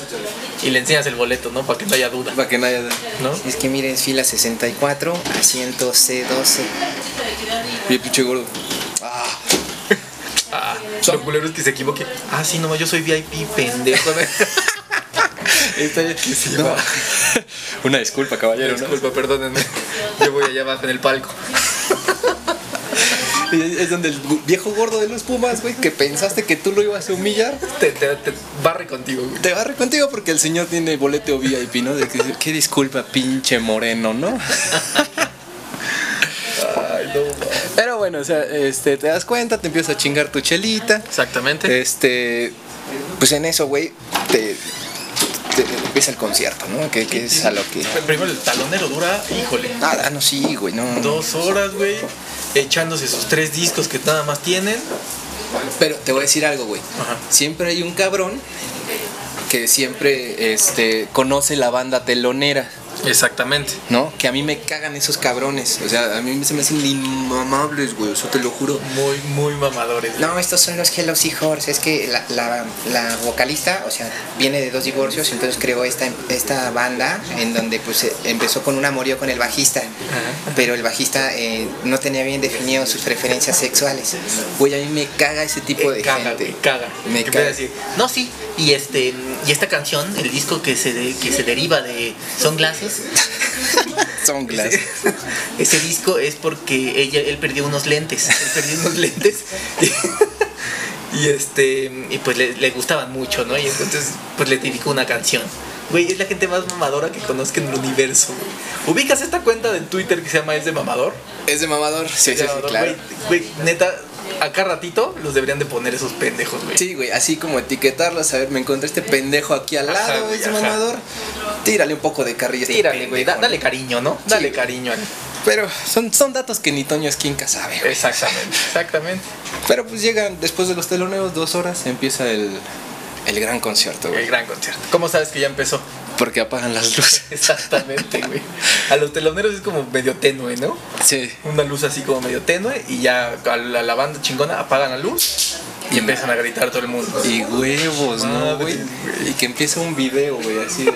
[SPEAKER 1] Y le enseñas el boleto, ¿no? Para que no haya duda,
[SPEAKER 2] Para que no haya.
[SPEAKER 1] ¿no?
[SPEAKER 2] Es que miren, es fila 64, asiento C12. Y pinche gordo. Ah,
[SPEAKER 1] Ah, lo culero es que se equivoque. Ah, sí, no, yo soy VIP, pendejo.
[SPEAKER 2] está bien. No. Una disculpa, caballero. ¿no?
[SPEAKER 1] Disculpa, perdónenme. Yo voy allá abajo en el palco.
[SPEAKER 2] Y Es es donde el gu- viejo gordo de los Pumas, güey, que pensaste que tú lo ibas a humillar,
[SPEAKER 1] Te, te- te barre contigo, güey.
[SPEAKER 2] te barre contigo porque el señor tiene boleto VIP, ¿no? De que, qué disculpa, pinche moreno, ¿no?
[SPEAKER 1] Ay, no, ma.
[SPEAKER 2] Pero bueno, o sea, este, te das cuenta, te empiezas a chingar tu chelita.
[SPEAKER 1] Exactamente.
[SPEAKER 2] Este, pues en eso, güey, te, te empieza el concierto, ¿no? Que, que es a lo que.
[SPEAKER 1] Primero, el talonero dura, híjole.
[SPEAKER 2] Ah, ah, no, sí, güey, no.
[SPEAKER 1] Dos horas, güey. Echándose sus tres discos que nada más tienen.
[SPEAKER 2] Pero te voy a decir algo, güey.
[SPEAKER 1] Ajá.
[SPEAKER 2] Siempre hay un cabrón que siempre este, conoce la banda telonera.
[SPEAKER 1] Exactamente.
[SPEAKER 2] ¿no? Que a mí me cagan esos cabrones. O sea, a mí se me hacen inmamables, güey. Eso te lo juro.
[SPEAKER 1] Muy, muy mamadores.
[SPEAKER 2] No, estos son los Hello Seahorse. Es que la, la- la vocalista, o sea, viene de dos divorcios, entonces creó esta, esta banda en donde pues eh, empezó con un amorío con el bajista. Pero el bajista eh, no tenía bien definido sus preferencias sexuales. Güey, a mí me caga ese tipo
[SPEAKER 1] Me
[SPEAKER 2] de
[SPEAKER 1] Eh, caga,
[SPEAKER 2] gente.
[SPEAKER 1] me caga.
[SPEAKER 2] Me
[SPEAKER 1] Que empieza
[SPEAKER 2] caga.
[SPEAKER 1] a decir, no, sí, y este y esta canción, el disco que se de- que se deriva de Son Glasses,
[SPEAKER 2] Son
[SPEAKER 1] ese disco es porque ella él perdió unos lentes, él perdió unos lentes. Y, y este y pues le, le gustaban mucho, ¿no? Y entonces pues le dedicó una canción. Güey, es la gente más mamadora que conozco en el universo. güey. ¿Ubicas esta cuenta de Twitter que se llama Es de Mamador?
[SPEAKER 2] Es de mamador. Sí, sí, sí,
[SPEAKER 1] Mamador,
[SPEAKER 2] claro.
[SPEAKER 1] Güey, güey, neta, acá ratito los deberían de poner esos pendejos, güey.
[SPEAKER 2] Sí, güey, así como etiquetarlos, a ver, me encontré este pendejo aquí al
[SPEAKER 1] Ajá,
[SPEAKER 2] lado,
[SPEAKER 1] güey,
[SPEAKER 2] es
[SPEAKER 1] ajá.
[SPEAKER 2] mamador. Tírale un poco de carrilla. a este
[SPEAKER 1] Tírale, güey.
[SPEAKER 2] pendejo,
[SPEAKER 1] da-
[SPEAKER 2] ¿no?
[SPEAKER 1] dale cariño, ¿no? Dale cariño. al-
[SPEAKER 2] Pero son, son datos que ni Toño Esquinca sabe, güey.
[SPEAKER 1] Exactamente. Exactamente.
[SPEAKER 2] Pero pues llegan, después de los teloneos, dos horas, empieza el, el gran concierto,
[SPEAKER 1] El
[SPEAKER 2] güey.
[SPEAKER 1] gran concierto. ¿Cómo sabes que ya empezó?
[SPEAKER 2] Porque apagan las luces.
[SPEAKER 1] Exactamente, güey. A los teloneros es como medio tenue, ¿no?
[SPEAKER 2] Sí.
[SPEAKER 1] Una luz así como medio tenue y ya a la, la banda chingona apagan la luz y empiezan a gritar todo el mundo.
[SPEAKER 2] Y huevos, ¿no,
[SPEAKER 1] Madre,
[SPEAKER 2] güey? Y que empieza un video, güey, así de...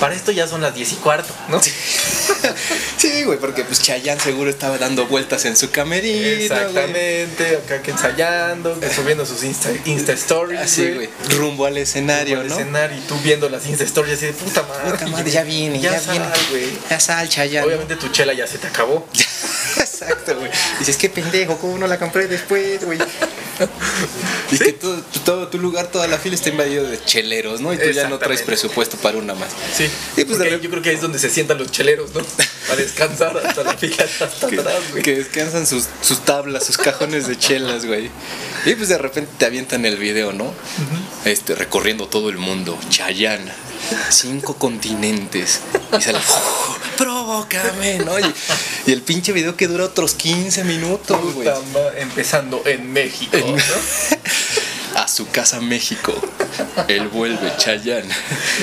[SPEAKER 1] Para esto ya son las 10 y cuarto, ¿no?
[SPEAKER 2] Sí, güey, porque pues Chayanne seguro estaba dando vueltas en su camerino, güey.
[SPEAKER 1] Exactamente, acá que ensayando, que subiendo sus Insta, Insta Stories.
[SPEAKER 2] Así, güey, rumbo al escenario,
[SPEAKER 1] Al
[SPEAKER 2] ¿no?
[SPEAKER 1] escenario y tú viendo las Insta Stories así de puta madre.
[SPEAKER 2] Puta madre, ya viene, ya,
[SPEAKER 1] sal,
[SPEAKER 2] viene.
[SPEAKER 1] güey.
[SPEAKER 2] Ya sal, Chayanne.
[SPEAKER 1] Obviamente tu chela ya se te acabó.
[SPEAKER 2] Exacto, güey. Dices, qué pendejo, ¿cómo no la compré después, güey? Y que todo, todo tu lugar, toda la fila está invadido de cheleros, ¿no? Y tú ya no traes
[SPEAKER 1] Exactamente.
[SPEAKER 2] presupuesto para una más.
[SPEAKER 1] Sí,
[SPEAKER 2] Y
[SPEAKER 1] porque
[SPEAKER 2] pues, de
[SPEAKER 1] ahí
[SPEAKER 2] rep-
[SPEAKER 1] yo creo que ahí es donde se sientan los cheleros, ¿no? A descansar hasta la fila hasta
[SPEAKER 2] Que,
[SPEAKER 1] atrás, güey.
[SPEAKER 2] que descansan sus, sus tablas, sus cajones de chelas, güey. Y pues de repente te avientan el video, ¿no? Este, recorriendo todo el mundo. Chayanne. Cinco continentes. Y sale. "Uf, ¡Provócame! ¿no? Y, y el pinche video que dura otros 15 minutos, güey.
[SPEAKER 1] Puta madre, empezando en México, ¿no?
[SPEAKER 2] A su casa México. Él vuelve, Chayanne.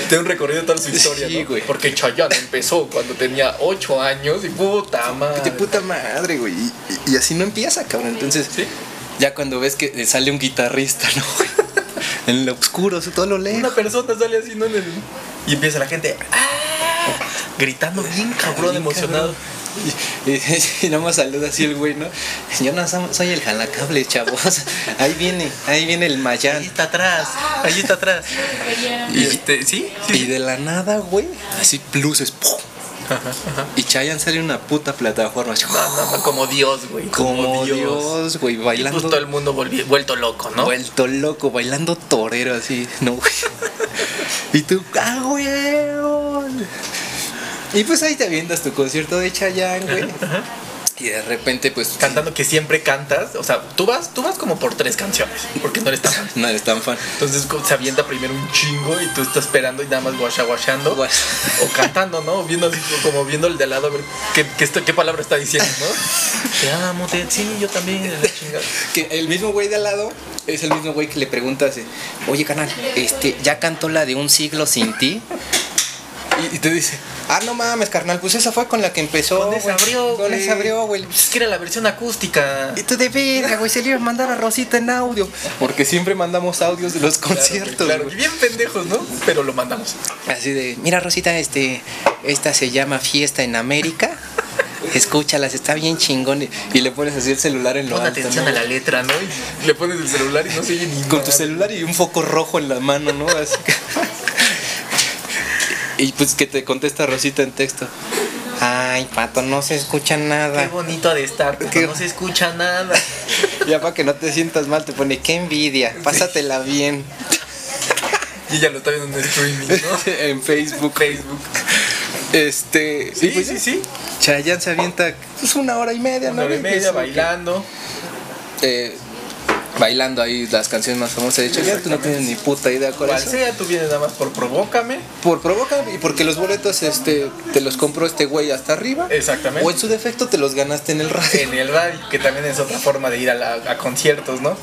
[SPEAKER 1] De un recorrido de toda su historia,
[SPEAKER 2] Sí,
[SPEAKER 1] ¿no?
[SPEAKER 2] güey.
[SPEAKER 1] Porque Chayanne empezó cuando tenía 8 años y puta
[SPEAKER 2] De
[SPEAKER 1] madre.
[SPEAKER 2] puta madre, güey. Y, y- y así no empieza, cabrón. Entonces,
[SPEAKER 1] Sí.
[SPEAKER 2] ya cuando ves que eh, sale un guitarrista, ¿no? en lo oscuro, eso todo lo lee.
[SPEAKER 1] Una persona sale así, ¿no? En el- Y empieza la gente ¡ah! gritando bien cabrón,
[SPEAKER 2] Bien
[SPEAKER 1] emocionado.
[SPEAKER 2] Y, y- y nada más saluda así el güey, ¿no? Yo no so- soy el jalacable, chavos. Ahí viene, ahí viene el
[SPEAKER 1] Ahí
[SPEAKER 2] Mayán.
[SPEAKER 1] está atrás, ahí está atrás. Y este, sí, sí.
[SPEAKER 2] Y de la nada, güey, así luces. ¡pum!
[SPEAKER 1] Ajá, ajá.
[SPEAKER 2] Y Chayanne sale en una puta plataforma. así,
[SPEAKER 1] No, no, como Dios, güey.
[SPEAKER 2] como Dios, güey,
[SPEAKER 1] Y
[SPEAKER 2] bailando.
[SPEAKER 1] pues todo el mundo volvi- vuelto loco, ¿no?
[SPEAKER 2] Vuelto loco, bailando torero así, no, güey. y tú, ¡ah, güey! Y pues ahí te avientas tu concierto de Chayanne, güey. Y de repente, pues.
[SPEAKER 1] Cantando que siempre cantas, o sea, tú vas, tú vas como por tres canciones, porque no eres tan fan.
[SPEAKER 2] No eres tan fan.
[SPEAKER 1] Entonces co- se avienta primero un chingo y tú estás esperando y nada más guasha guashando.
[SPEAKER 2] Guas-
[SPEAKER 1] O cantando, ¿no? O Viendo así, como viendo el de al lado a ver qué, qué, esto- qué palabra está diciendo, ¿no? Te amo, te- sí, yo también. la chingada.
[SPEAKER 2] Que el mismo güey de al lado es el mismo güey que le preguntas, eh, oye, canal, este, ¿ya cantó la de un siglo sin ti? Y, y te dice, ah, no mames, carnal, pues esa fue con la que empezó.
[SPEAKER 1] Con esa
[SPEAKER 2] güey.
[SPEAKER 1] abrió, Oh,
[SPEAKER 2] Con
[SPEAKER 1] güey. Pues
[SPEAKER 2] esa abrió, güey.
[SPEAKER 1] Es que era la versión acústica.
[SPEAKER 2] Y tú de verga, güey, se le iba a mandar a Rosita en audio. Porque siempre mandamos audios de los conciertos,
[SPEAKER 1] Claro,
[SPEAKER 2] güey.
[SPEAKER 1] bien pendejos, ¿no? Pero lo mandamos.
[SPEAKER 2] Así de, mira Rosita, este, esta se llama Fiesta en América. Escúchalas, está bien chingón. Y- Y le pones así el celular en lo
[SPEAKER 1] Pon
[SPEAKER 2] alto,
[SPEAKER 1] atención
[SPEAKER 2] ¿no?
[SPEAKER 1] a la letra, ¿no? Y le pones el celular y no se oye ni
[SPEAKER 2] Con tu
[SPEAKER 1] madre.
[SPEAKER 2] celular y un foco rojo en la mano, ¿no? Así que- Y pues que te contesta Rosita en texto. Ay, pato, no se escucha
[SPEAKER 1] Qué
[SPEAKER 2] nada.
[SPEAKER 1] bonito ha de estar, pero
[SPEAKER 2] Qué-
[SPEAKER 1] no se escucha nada.
[SPEAKER 2] Ya para que no te sientas mal, te pone, qué envidia, pásatela bien.
[SPEAKER 1] Y ella lo está viendo en streaming, ¿no?
[SPEAKER 2] en Facebook.
[SPEAKER 1] Facebook.
[SPEAKER 2] Este. y
[SPEAKER 1] Sí,
[SPEAKER 2] pues
[SPEAKER 1] sí, sí.
[SPEAKER 2] Chayanne se avienta pues, una hora y media,
[SPEAKER 1] Una hora y
[SPEAKER 2] ¿no?
[SPEAKER 1] media
[SPEAKER 2] Pues,
[SPEAKER 1] bailando.
[SPEAKER 2] eh, bailando ahí las canciones más famosas de Chayanne. Tú no tienes ni puta idea cuál
[SPEAKER 1] Cual
[SPEAKER 2] es.
[SPEAKER 1] sea, tú vienes nada más por provócame.
[SPEAKER 2] Por provoca y porque los boletos este, te los compró este güey hasta arriba.
[SPEAKER 1] Exactamente.
[SPEAKER 2] O en su defecto te los ganaste en el radio.
[SPEAKER 1] En el radio, que también es otra forma de ir a, la- a conciertos, ¿no?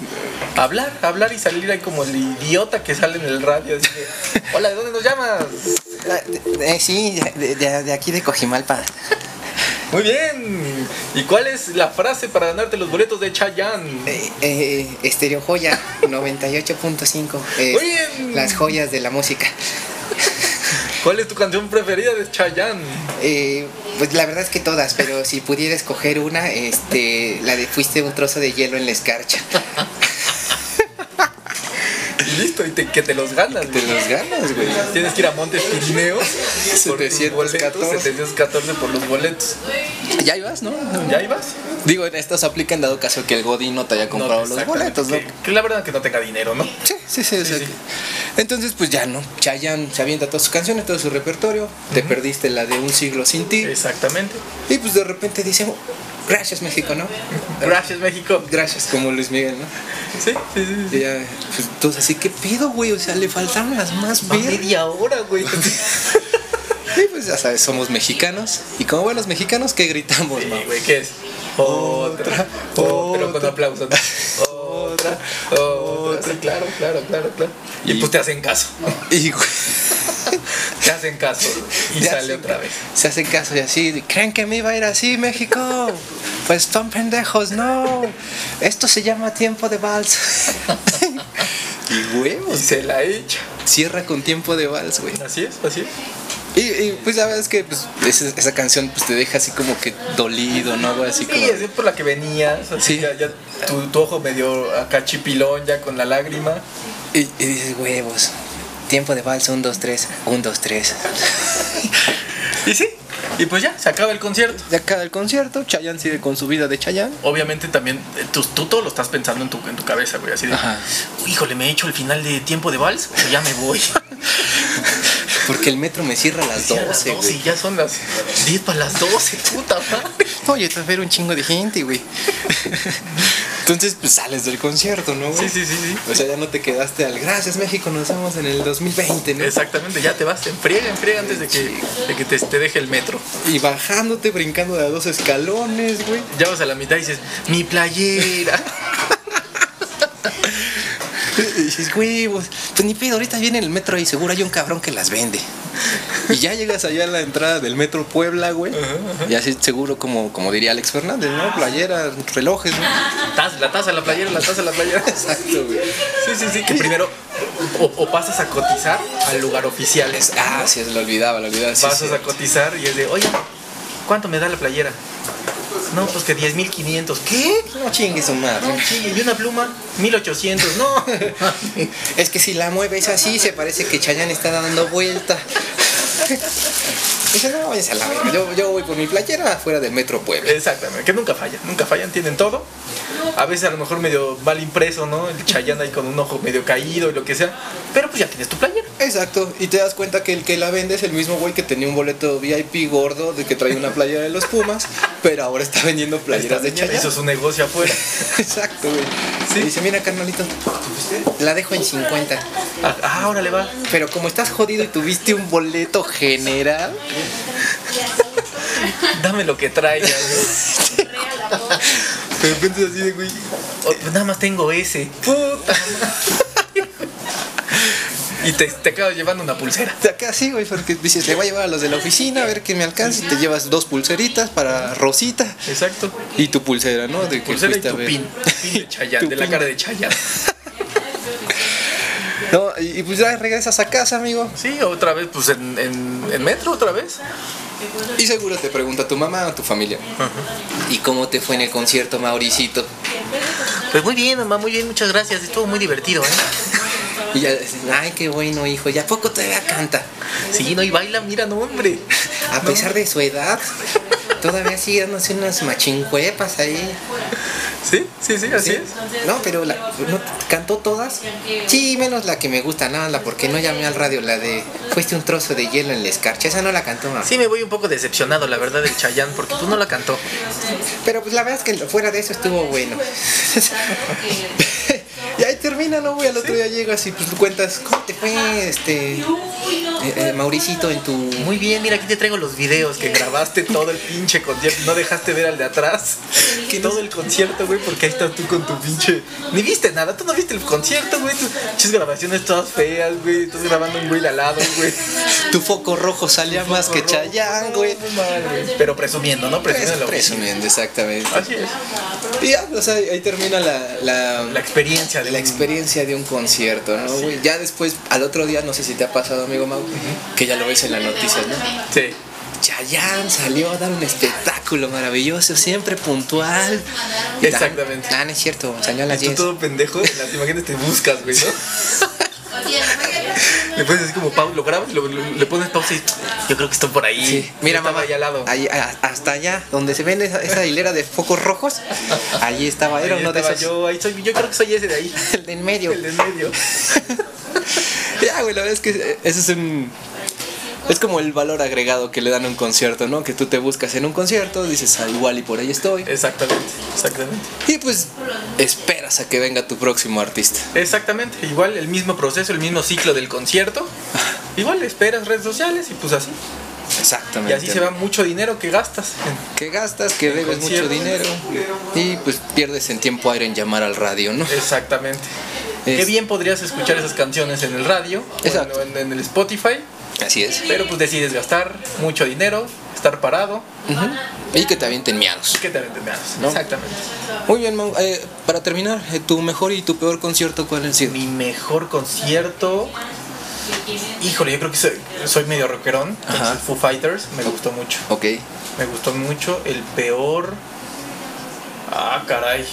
[SPEAKER 1] Hablar, hablar y salir ahí como el idiota que sale en el radio. Así de, Hola, ¿de dónde nos llamas?
[SPEAKER 2] Eh, sí, de, aquí de Cojimalpa.
[SPEAKER 1] Muy bien. ¿Y cuál es la frase para ganarte los boletos de Chayanne?
[SPEAKER 2] Eh, Estereo Joya 98.5.
[SPEAKER 1] Muy bien. las
[SPEAKER 2] joyas de la música.
[SPEAKER 1] ¿Cuál es tu canción preferida de Chayanne?
[SPEAKER 2] Eh, pues la verdad es que todas, pero si pudiera escoger una, este, la de fuiste un trozo de hielo en la escarcha.
[SPEAKER 1] Y listo, y te- que te los ganas.
[SPEAKER 2] Te
[SPEAKER 1] güey.
[SPEAKER 2] los ganas, güey.
[SPEAKER 1] Tienes que ir a Montes Pirineos por tus
[SPEAKER 2] 714.
[SPEAKER 1] boletos, 714 por los boletos.
[SPEAKER 2] Ya ibas, ¿no?
[SPEAKER 1] ¿Ya ibas?
[SPEAKER 2] Digo, en estas aplican dado caso que el Godino te haya comprado los
[SPEAKER 1] exactamente,
[SPEAKER 2] boletos, ¿no?
[SPEAKER 1] Que, que la verdad que no tenga dinero, ¿no?
[SPEAKER 2] Sí, sí, sí, o sea
[SPEAKER 1] sí.
[SPEAKER 2] que- Entonces, pues ya, ¿no? Chayanne se avienta todas sus canciones, todo su repertorio. Te perdiste la de Un siglo sin ti.
[SPEAKER 1] Exactamente.
[SPEAKER 2] Y pues de repente dice, gracias México, ¿no?
[SPEAKER 1] Gracias, México.
[SPEAKER 2] Gracias, como Luis Miguel, ¿no?
[SPEAKER 1] Sí, sí, sí. sí.
[SPEAKER 2] Y ya, pues, entonces así, ¿qué pedo, güey? O sea, le faltaron las más
[SPEAKER 1] Va
[SPEAKER 2] verdes.
[SPEAKER 1] media hora, güey.
[SPEAKER 2] Y pues ya sabes, somos mexicanos. Y como buenos mexicanos, que gritamos,
[SPEAKER 1] Sí,
[SPEAKER 2] mamá?
[SPEAKER 1] güey, ¿qué es? Otra, otra, pero con aplausos. ¿no? Otra, otra, sí, claro, claro, claro, claro. Y pues te hacen caso.
[SPEAKER 2] Y, güey,
[SPEAKER 1] Te Se hacen caso y
[SPEAKER 2] Ya
[SPEAKER 1] sale
[SPEAKER 2] sé.
[SPEAKER 1] otra vez.
[SPEAKER 2] Se hacen caso y así, ¿creen que me iba a ir así, México? Pues son pendejos, no. Esto se llama tiempo de vals. y
[SPEAKER 1] Y
[SPEAKER 2] huevos,
[SPEAKER 1] se la echa.
[SPEAKER 2] cierra con tiempo de vals, güey.
[SPEAKER 1] Así es, así es.
[SPEAKER 2] Y, y, pues la verdad es que pues, esa, esa canción pues, te deja así como que dolido, ¿no? güey? Así
[SPEAKER 1] Sí,
[SPEAKER 2] como...
[SPEAKER 1] así es por la que venías. así
[SPEAKER 2] Sí.
[SPEAKER 1] Ya, ya tu, tu ojo medio acá chipilón, ya con la lágrima.
[SPEAKER 2] Y, y dices, huevos. Tiempo de vals, un, dos, tres, un, dos, tres.
[SPEAKER 1] Y sí, y pues ya, se acaba el concierto.
[SPEAKER 2] Ya acaba el concierto, Chayanne sigue con su vida de Chayanne.
[SPEAKER 1] Obviamente también eh, tú, tú todo lo estás pensando en tu, en tu cabeza, güey. Así de,
[SPEAKER 2] Ajá.
[SPEAKER 1] híjole, me he hecho el final de tiempo de vals, pero ya me voy.
[SPEAKER 2] Porque el metro me cierra a las
[SPEAKER 1] Sí, a las
[SPEAKER 2] 12,
[SPEAKER 1] 12,
[SPEAKER 2] güey.
[SPEAKER 1] ya son las 10 para las 12, puta madre.
[SPEAKER 2] Oye, te ver un chingo de gente, güey. Entonces, pues sales del concierto, ¿no, güey?
[SPEAKER 1] Sí, sí, sí, sí.
[SPEAKER 2] O sea, ya no te quedaste al gracias México, nos vemos en el 2020, ¿no?
[SPEAKER 1] Exactamente, ya te vas, en friega, en friega antes de que, de que te, te deje el metro.
[SPEAKER 2] Y bajándote, brincando de a dos escalones, güey.
[SPEAKER 1] Ya vas a la mitad y dices, mi playera.
[SPEAKER 2] Y dices, güey, pues pues ni pedo, ahorita viene el metro y seguro hay un cabrón que las vende. Y ya llegas allá a la entrada del metro Puebla, güey. Y así seguro, como, como diría Alex Fernández, ¿no? Playeras, relojes, ¿no?
[SPEAKER 1] Taz- la taza, la playera, la taza, la playera.
[SPEAKER 2] Exacto, güey.
[SPEAKER 1] Sí, sí, sí, que primero o, o pasas a cotizar al lugar oficial.
[SPEAKER 2] Es- ah, sí, lo olvidaba, lo olvidaba. sí,
[SPEAKER 1] pasas
[SPEAKER 2] sí.
[SPEAKER 1] a cotizar y es de, oye, ¿cuánto me da la playera? No, pues que 10.500. ¿Qué?
[SPEAKER 2] No chingue su
[SPEAKER 1] No,
[SPEAKER 2] madre.
[SPEAKER 1] chingue, y una pluma, 1.800. No.
[SPEAKER 2] Es que si la mueves así, se parece que Chayanne está dando vuelta. Dice, no, váyanse a la verga. Yo, yo voy por mi playera afuera del Metro Puebla.
[SPEAKER 1] Exactamente, que nunca fallan, nunca fallan, tienen todo. A veces a lo mejor medio mal impreso, ¿no? El Chayanne ahí con un ojo medio caído y lo que sea. Pero pues ya tienes tu playera.
[SPEAKER 2] Exacto, y te das cuenta que el que la vende es el mismo güey que tenía un boleto VIP gordo de que traía una playera de los Pumas, pero ahora está vendiendo playeras de Chayanne.
[SPEAKER 1] Hizo su negocio afuera.
[SPEAKER 2] Exacto, güey.
[SPEAKER 1] Sí.
[SPEAKER 2] Y dice, mira, carnalito, la dejo en 50.
[SPEAKER 1] Ah, ah, órale va.
[SPEAKER 2] Pero como estás jodido y tuviste un boleto general,
[SPEAKER 1] Dame lo que traigas.
[SPEAKER 2] de repente es así de güey.
[SPEAKER 1] O, pues nada más tengo ese. Puta. Y te, te acabas llevando una pulsera.
[SPEAKER 2] De acá sí, güey, porque dices, le voy a llevar a los de la oficina a ver qué me alcanza. Y te llevas dos pulseritas para Rosita
[SPEAKER 1] Exacto.
[SPEAKER 2] y tu pulsera, ¿no? De que
[SPEAKER 1] Pulsera y
[SPEAKER 2] fuiste a
[SPEAKER 1] tu
[SPEAKER 2] ver.
[SPEAKER 1] pin. Pin de Chayanne,
[SPEAKER 2] Tu
[SPEAKER 1] de la
[SPEAKER 2] pin.
[SPEAKER 1] cara de Chayanne.
[SPEAKER 2] No, y, y pues ya regresas a casa, amigo.
[SPEAKER 1] Sí, otra vez, pues en, en, en metro, otra vez.
[SPEAKER 2] Y seguro te pregunta tu mamá o tu familia. ¿Y cómo te fue en el concierto, Mauricito?
[SPEAKER 1] Pues muy bien, mamá, muy bien, muchas gracias. Estuvo muy divertido, ¿eh?
[SPEAKER 2] Y ya dices, ay, qué bueno, hijo, ¿y a poco todavía canta?
[SPEAKER 1] Sí, no, y baila, mira, no, hombre.
[SPEAKER 2] A pesar de su edad, todavía sigue dándose unas machincuepas ahí.
[SPEAKER 1] Sí, sí, sí, así es.
[SPEAKER 2] No, pero la, ¿no cantó todas. Sí, menos la que me gusta, nada, la porque no llamé al radio, la de fuiste un trozo de hielo en la escarcha, esa no la cantó mamá.
[SPEAKER 1] Sí, me voy un poco decepcionado, la verdad, del Chayanne, porque tú no la cantó.
[SPEAKER 2] Pero pues la verdad es que fuera de eso estuvo bueno. y ahí termina, no voy al otro día llegas y pues cuentas cómo te fue este eh, eh, Mauricito en tu
[SPEAKER 1] Muy bien, mira, aquí te traigo los videos que grabaste todo el pinche concierto. No dejaste ver al de atrás. Que todo el concierto, güey, porque ahí estás tú con tu pinche. Ni viste nada, tú no viste el concierto, güey. Tus pinches grabaciones todas feas, güey. Estás grabando un güey al lado, güey.
[SPEAKER 2] tu foco rojo salía más que Chayán, güey.
[SPEAKER 1] No, madre. Pero presumiendo, ¿no? Presumiendo la oficina.
[SPEAKER 2] Presumiendo, exactamente.
[SPEAKER 1] Así es.
[SPEAKER 2] Y ya, o sea, ahí termina la, la,
[SPEAKER 1] La experiencia de
[SPEAKER 2] la
[SPEAKER 1] un-
[SPEAKER 2] experiencia de un concierto, ¿no? güey? Ya después, al otro día, no sé si te ha pasado, amigo Mau, que ya lo ves en las noticias, ¿no?
[SPEAKER 1] Sí.
[SPEAKER 2] Chayanne salió a dar un espectáculo maravilloso, siempre puntual. Y tan-
[SPEAKER 1] Exactamente.
[SPEAKER 2] Ah, no es cierto, salió a las
[SPEAKER 1] Y tú
[SPEAKER 2] 10.
[SPEAKER 1] todo pendejo, en las imágenes te buscas, güey, ¿no? Le pones así como pausa, lo grabas, lo- lo- le pones pausa y yo creo que estoy por ahí.
[SPEAKER 2] Sí,
[SPEAKER 1] Yo
[SPEAKER 2] mira,
[SPEAKER 1] estaba
[SPEAKER 2] mamá,
[SPEAKER 1] ahí al lado.
[SPEAKER 2] ahí, a- hasta allá, donde se ven esa, esa hilera de focos rojos, allí estaba, era
[SPEAKER 1] Ahí
[SPEAKER 2] uno de
[SPEAKER 1] estaba
[SPEAKER 2] esos.
[SPEAKER 1] Yo, ahí soy, yo creo que soy ese de ahí,
[SPEAKER 2] El de en medio.
[SPEAKER 1] el de en medio.
[SPEAKER 2] Ya, güey, la verdad es que eh, ese es un. Es como el valor agregado que le dan a un concierto, ¿no? Que tú te buscas en un concierto, dices, ah, igual y por ahí estoy.
[SPEAKER 1] Exactamente, exactamente.
[SPEAKER 2] Y pues esperas a que venga tu próximo artista.
[SPEAKER 1] Exactamente, igual el mismo proceso, el mismo ciclo del concierto. Igual esperas redes sociales y pues así.
[SPEAKER 2] Exactamente.
[SPEAKER 1] Y así se va mucho dinero que gastas.
[SPEAKER 2] Que gastas, que debes mucho
[SPEAKER 1] concierto.
[SPEAKER 2] dinero. Y pues pierdes en tiempo aire en llamar al radio, ¿no?
[SPEAKER 1] Exactamente.
[SPEAKER 2] Es-
[SPEAKER 1] Qué bien podrías escuchar esas canciones en el radio, o en-
[SPEAKER 2] Exacto.
[SPEAKER 1] o en, en el Spotify,
[SPEAKER 2] Así es.
[SPEAKER 1] Pero pues decides gastar mucho dinero, estar parado
[SPEAKER 2] Ujú. Y que te avienten miados.
[SPEAKER 1] y que te aventen meados.
[SPEAKER 2] No.
[SPEAKER 1] Exactamente.
[SPEAKER 2] Muy bien, Mau. Eh, para terminar, eh, tu mejor y tu peor concierto, ¿cuál ha sido?
[SPEAKER 1] Mi mejor concierto. Híjole, yo creo que soy, soy medio rockerón.
[SPEAKER 2] Ajá.
[SPEAKER 1] entonces Foo Fighters me gustó mucho.
[SPEAKER 2] Ok.
[SPEAKER 1] Me gustó mucho. El peor. Ah, caray.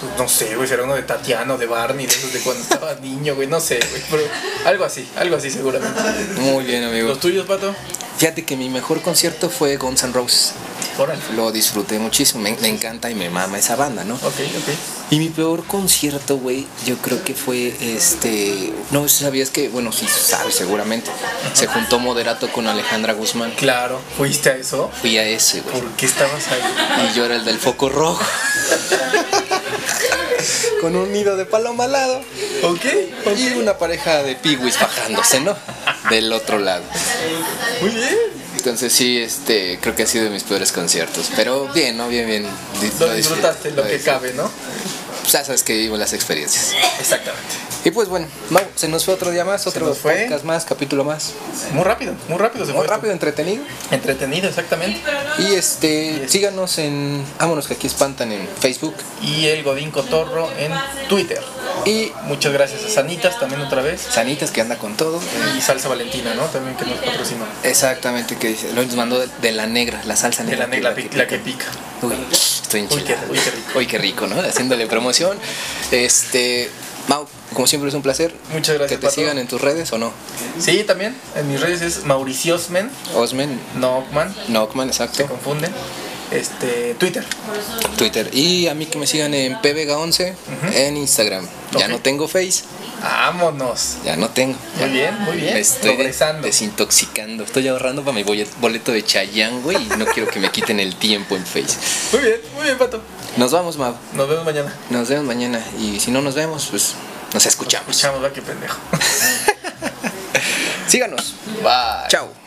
[SPEAKER 1] Pues No sé, güey, será uno de Tatiano, de Barney, de esos de cuando estaba niño, güey, no sé, güey, pero algo así, algo así seguramente.
[SPEAKER 2] Muy bien, amigo.
[SPEAKER 1] ¿Los tuyos, Pato?
[SPEAKER 2] Fíjate que mi mejor concierto fue Guns N' Roses.
[SPEAKER 1] Órale.
[SPEAKER 2] Lo disfruté muchísimo. Me, me encanta y me mama esa banda, ¿no?
[SPEAKER 1] Ok, ok.
[SPEAKER 2] Y mi peor concierto, güey, yo creo que fue este. No, sabías que, bueno, sí, sabes seguramente. Se juntó Moderato con Alejandra Guzmán.
[SPEAKER 1] Claro, ¿fuiste a eso?
[SPEAKER 2] Fui a ese, güey.
[SPEAKER 1] ¿Por qué estabas ahí?
[SPEAKER 2] Y yo era el del foco rojo. Con un nido de paloma al lado.
[SPEAKER 1] Ok,
[SPEAKER 2] Y una pareja de pigüis bajándose, ¿no? Del otro lado.
[SPEAKER 1] muy bien.
[SPEAKER 2] Entonces sí, este, creo que ha sido de mis peores conciertos. Pero bien, ¿no? Bien, bien. Di-
[SPEAKER 1] Lo
[SPEAKER 2] disfruté,
[SPEAKER 1] disfrutaste lo que
[SPEAKER 2] disfruté.
[SPEAKER 1] cabe, ¿no?
[SPEAKER 2] Pues Ya sabes que vivo las experiencias.
[SPEAKER 1] Exactamente.
[SPEAKER 2] Y pues bueno, Mau, se nos fue otro día más, otro
[SPEAKER 1] nos fue.
[SPEAKER 2] podcast más, capítulo más.
[SPEAKER 1] Muy rápido, muy rápido se
[SPEAKER 2] Muy
[SPEAKER 1] fue. esto.
[SPEAKER 2] rápido, entretenido.
[SPEAKER 1] Entretenido, exactamente.
[SPEAKER 2] Y este, síganos en. Vámonos que aquí espantan en Facebook.
[SPEAKER 1] Y el Godín Cotorro en Twitter.
[SPEAKER 2] Y
[SPEAKER 1] Muchas gracias a Sanitas también otra vez.
[SPEAKER 2] Sanitas que anda con todo.
[SPEAKER 1] Y Salsa Valentina, ¿no? También que nos patrocina.
[SPEAKER 2] Exactamente, que dice. Lo nos mandó de, de la negra, la salsa
[SPEAKER 1] De
[SPEAKER 2] negra.
[SPEAKER 1] la negra, la,
[SPEAKER 2] que-
[SPEAKER 1] pi- la que pica.
[SPEAKER 2] Uy, estoy
[SPEAKER 1] Uy, qué,
[SPEAKER 2] enchilado.
[SPEAKER 1] uy, qué rico.
[SPEAKER 2] Uy, qué rico, ¿no? Haciéndole promoción. Este, Mau, como siempre es un placer.
[SPEAKER 1] Muchas gracias,
[SPEAKER 2] Que te
[SPEAKER 1] Pato.
[SPEAKER 2] sigan en tus redes o no.
[SPEAKER 1] Sí, también. En mis redes es Mauriciosmen,
[SPEAKER 2] Osmen,
[SPEAKER 1] no Ockman,
[SPEAKER 2] Nockman,
[SPEAKER 1] se
[SPEAKER 2] exacto.
[SPEAKER 1] confunden. Este, Twitter.
[SPEAKER 2] Twitter. Y a mí que me sigan en pvega11 en Instagram. Ya
[SPEAKER 1] Ok.
[SPEAKER 2] no tengo Face,
[SPEAKER 1] Vámonos.
[SPEAKER 2] ya no tengo.
[SPEAKER 1] Muy bien, muy
[SPEAKER 2] Me
[SPEAKER 1] bien.
[SPEAKER 2] estoy
[SPEAKER 1] Progresando.
[SPEAKER 2] desintoxicando. Estoy ahorrando para mi bolet- boleto de Chayán, güey. Y no quiero que me quiten el tiempo en Face.
[SPEAKER 1] Muy bien, muy bien, Pato.
[SPEAKER 2] Nos vamos, Mau.
[SPEAKER 1] Nos vemos mañana.
[SPEAKER 2] Nos vemos mañana. Y si no nos vemos, pues nos escuchamos.
[SPEAKER 1] Escuchamos, va, qué pendejo.
[SPEAKER 2] Síganos.
[SPEAKER 1] Bye.
[SPEAKER 2] Chao.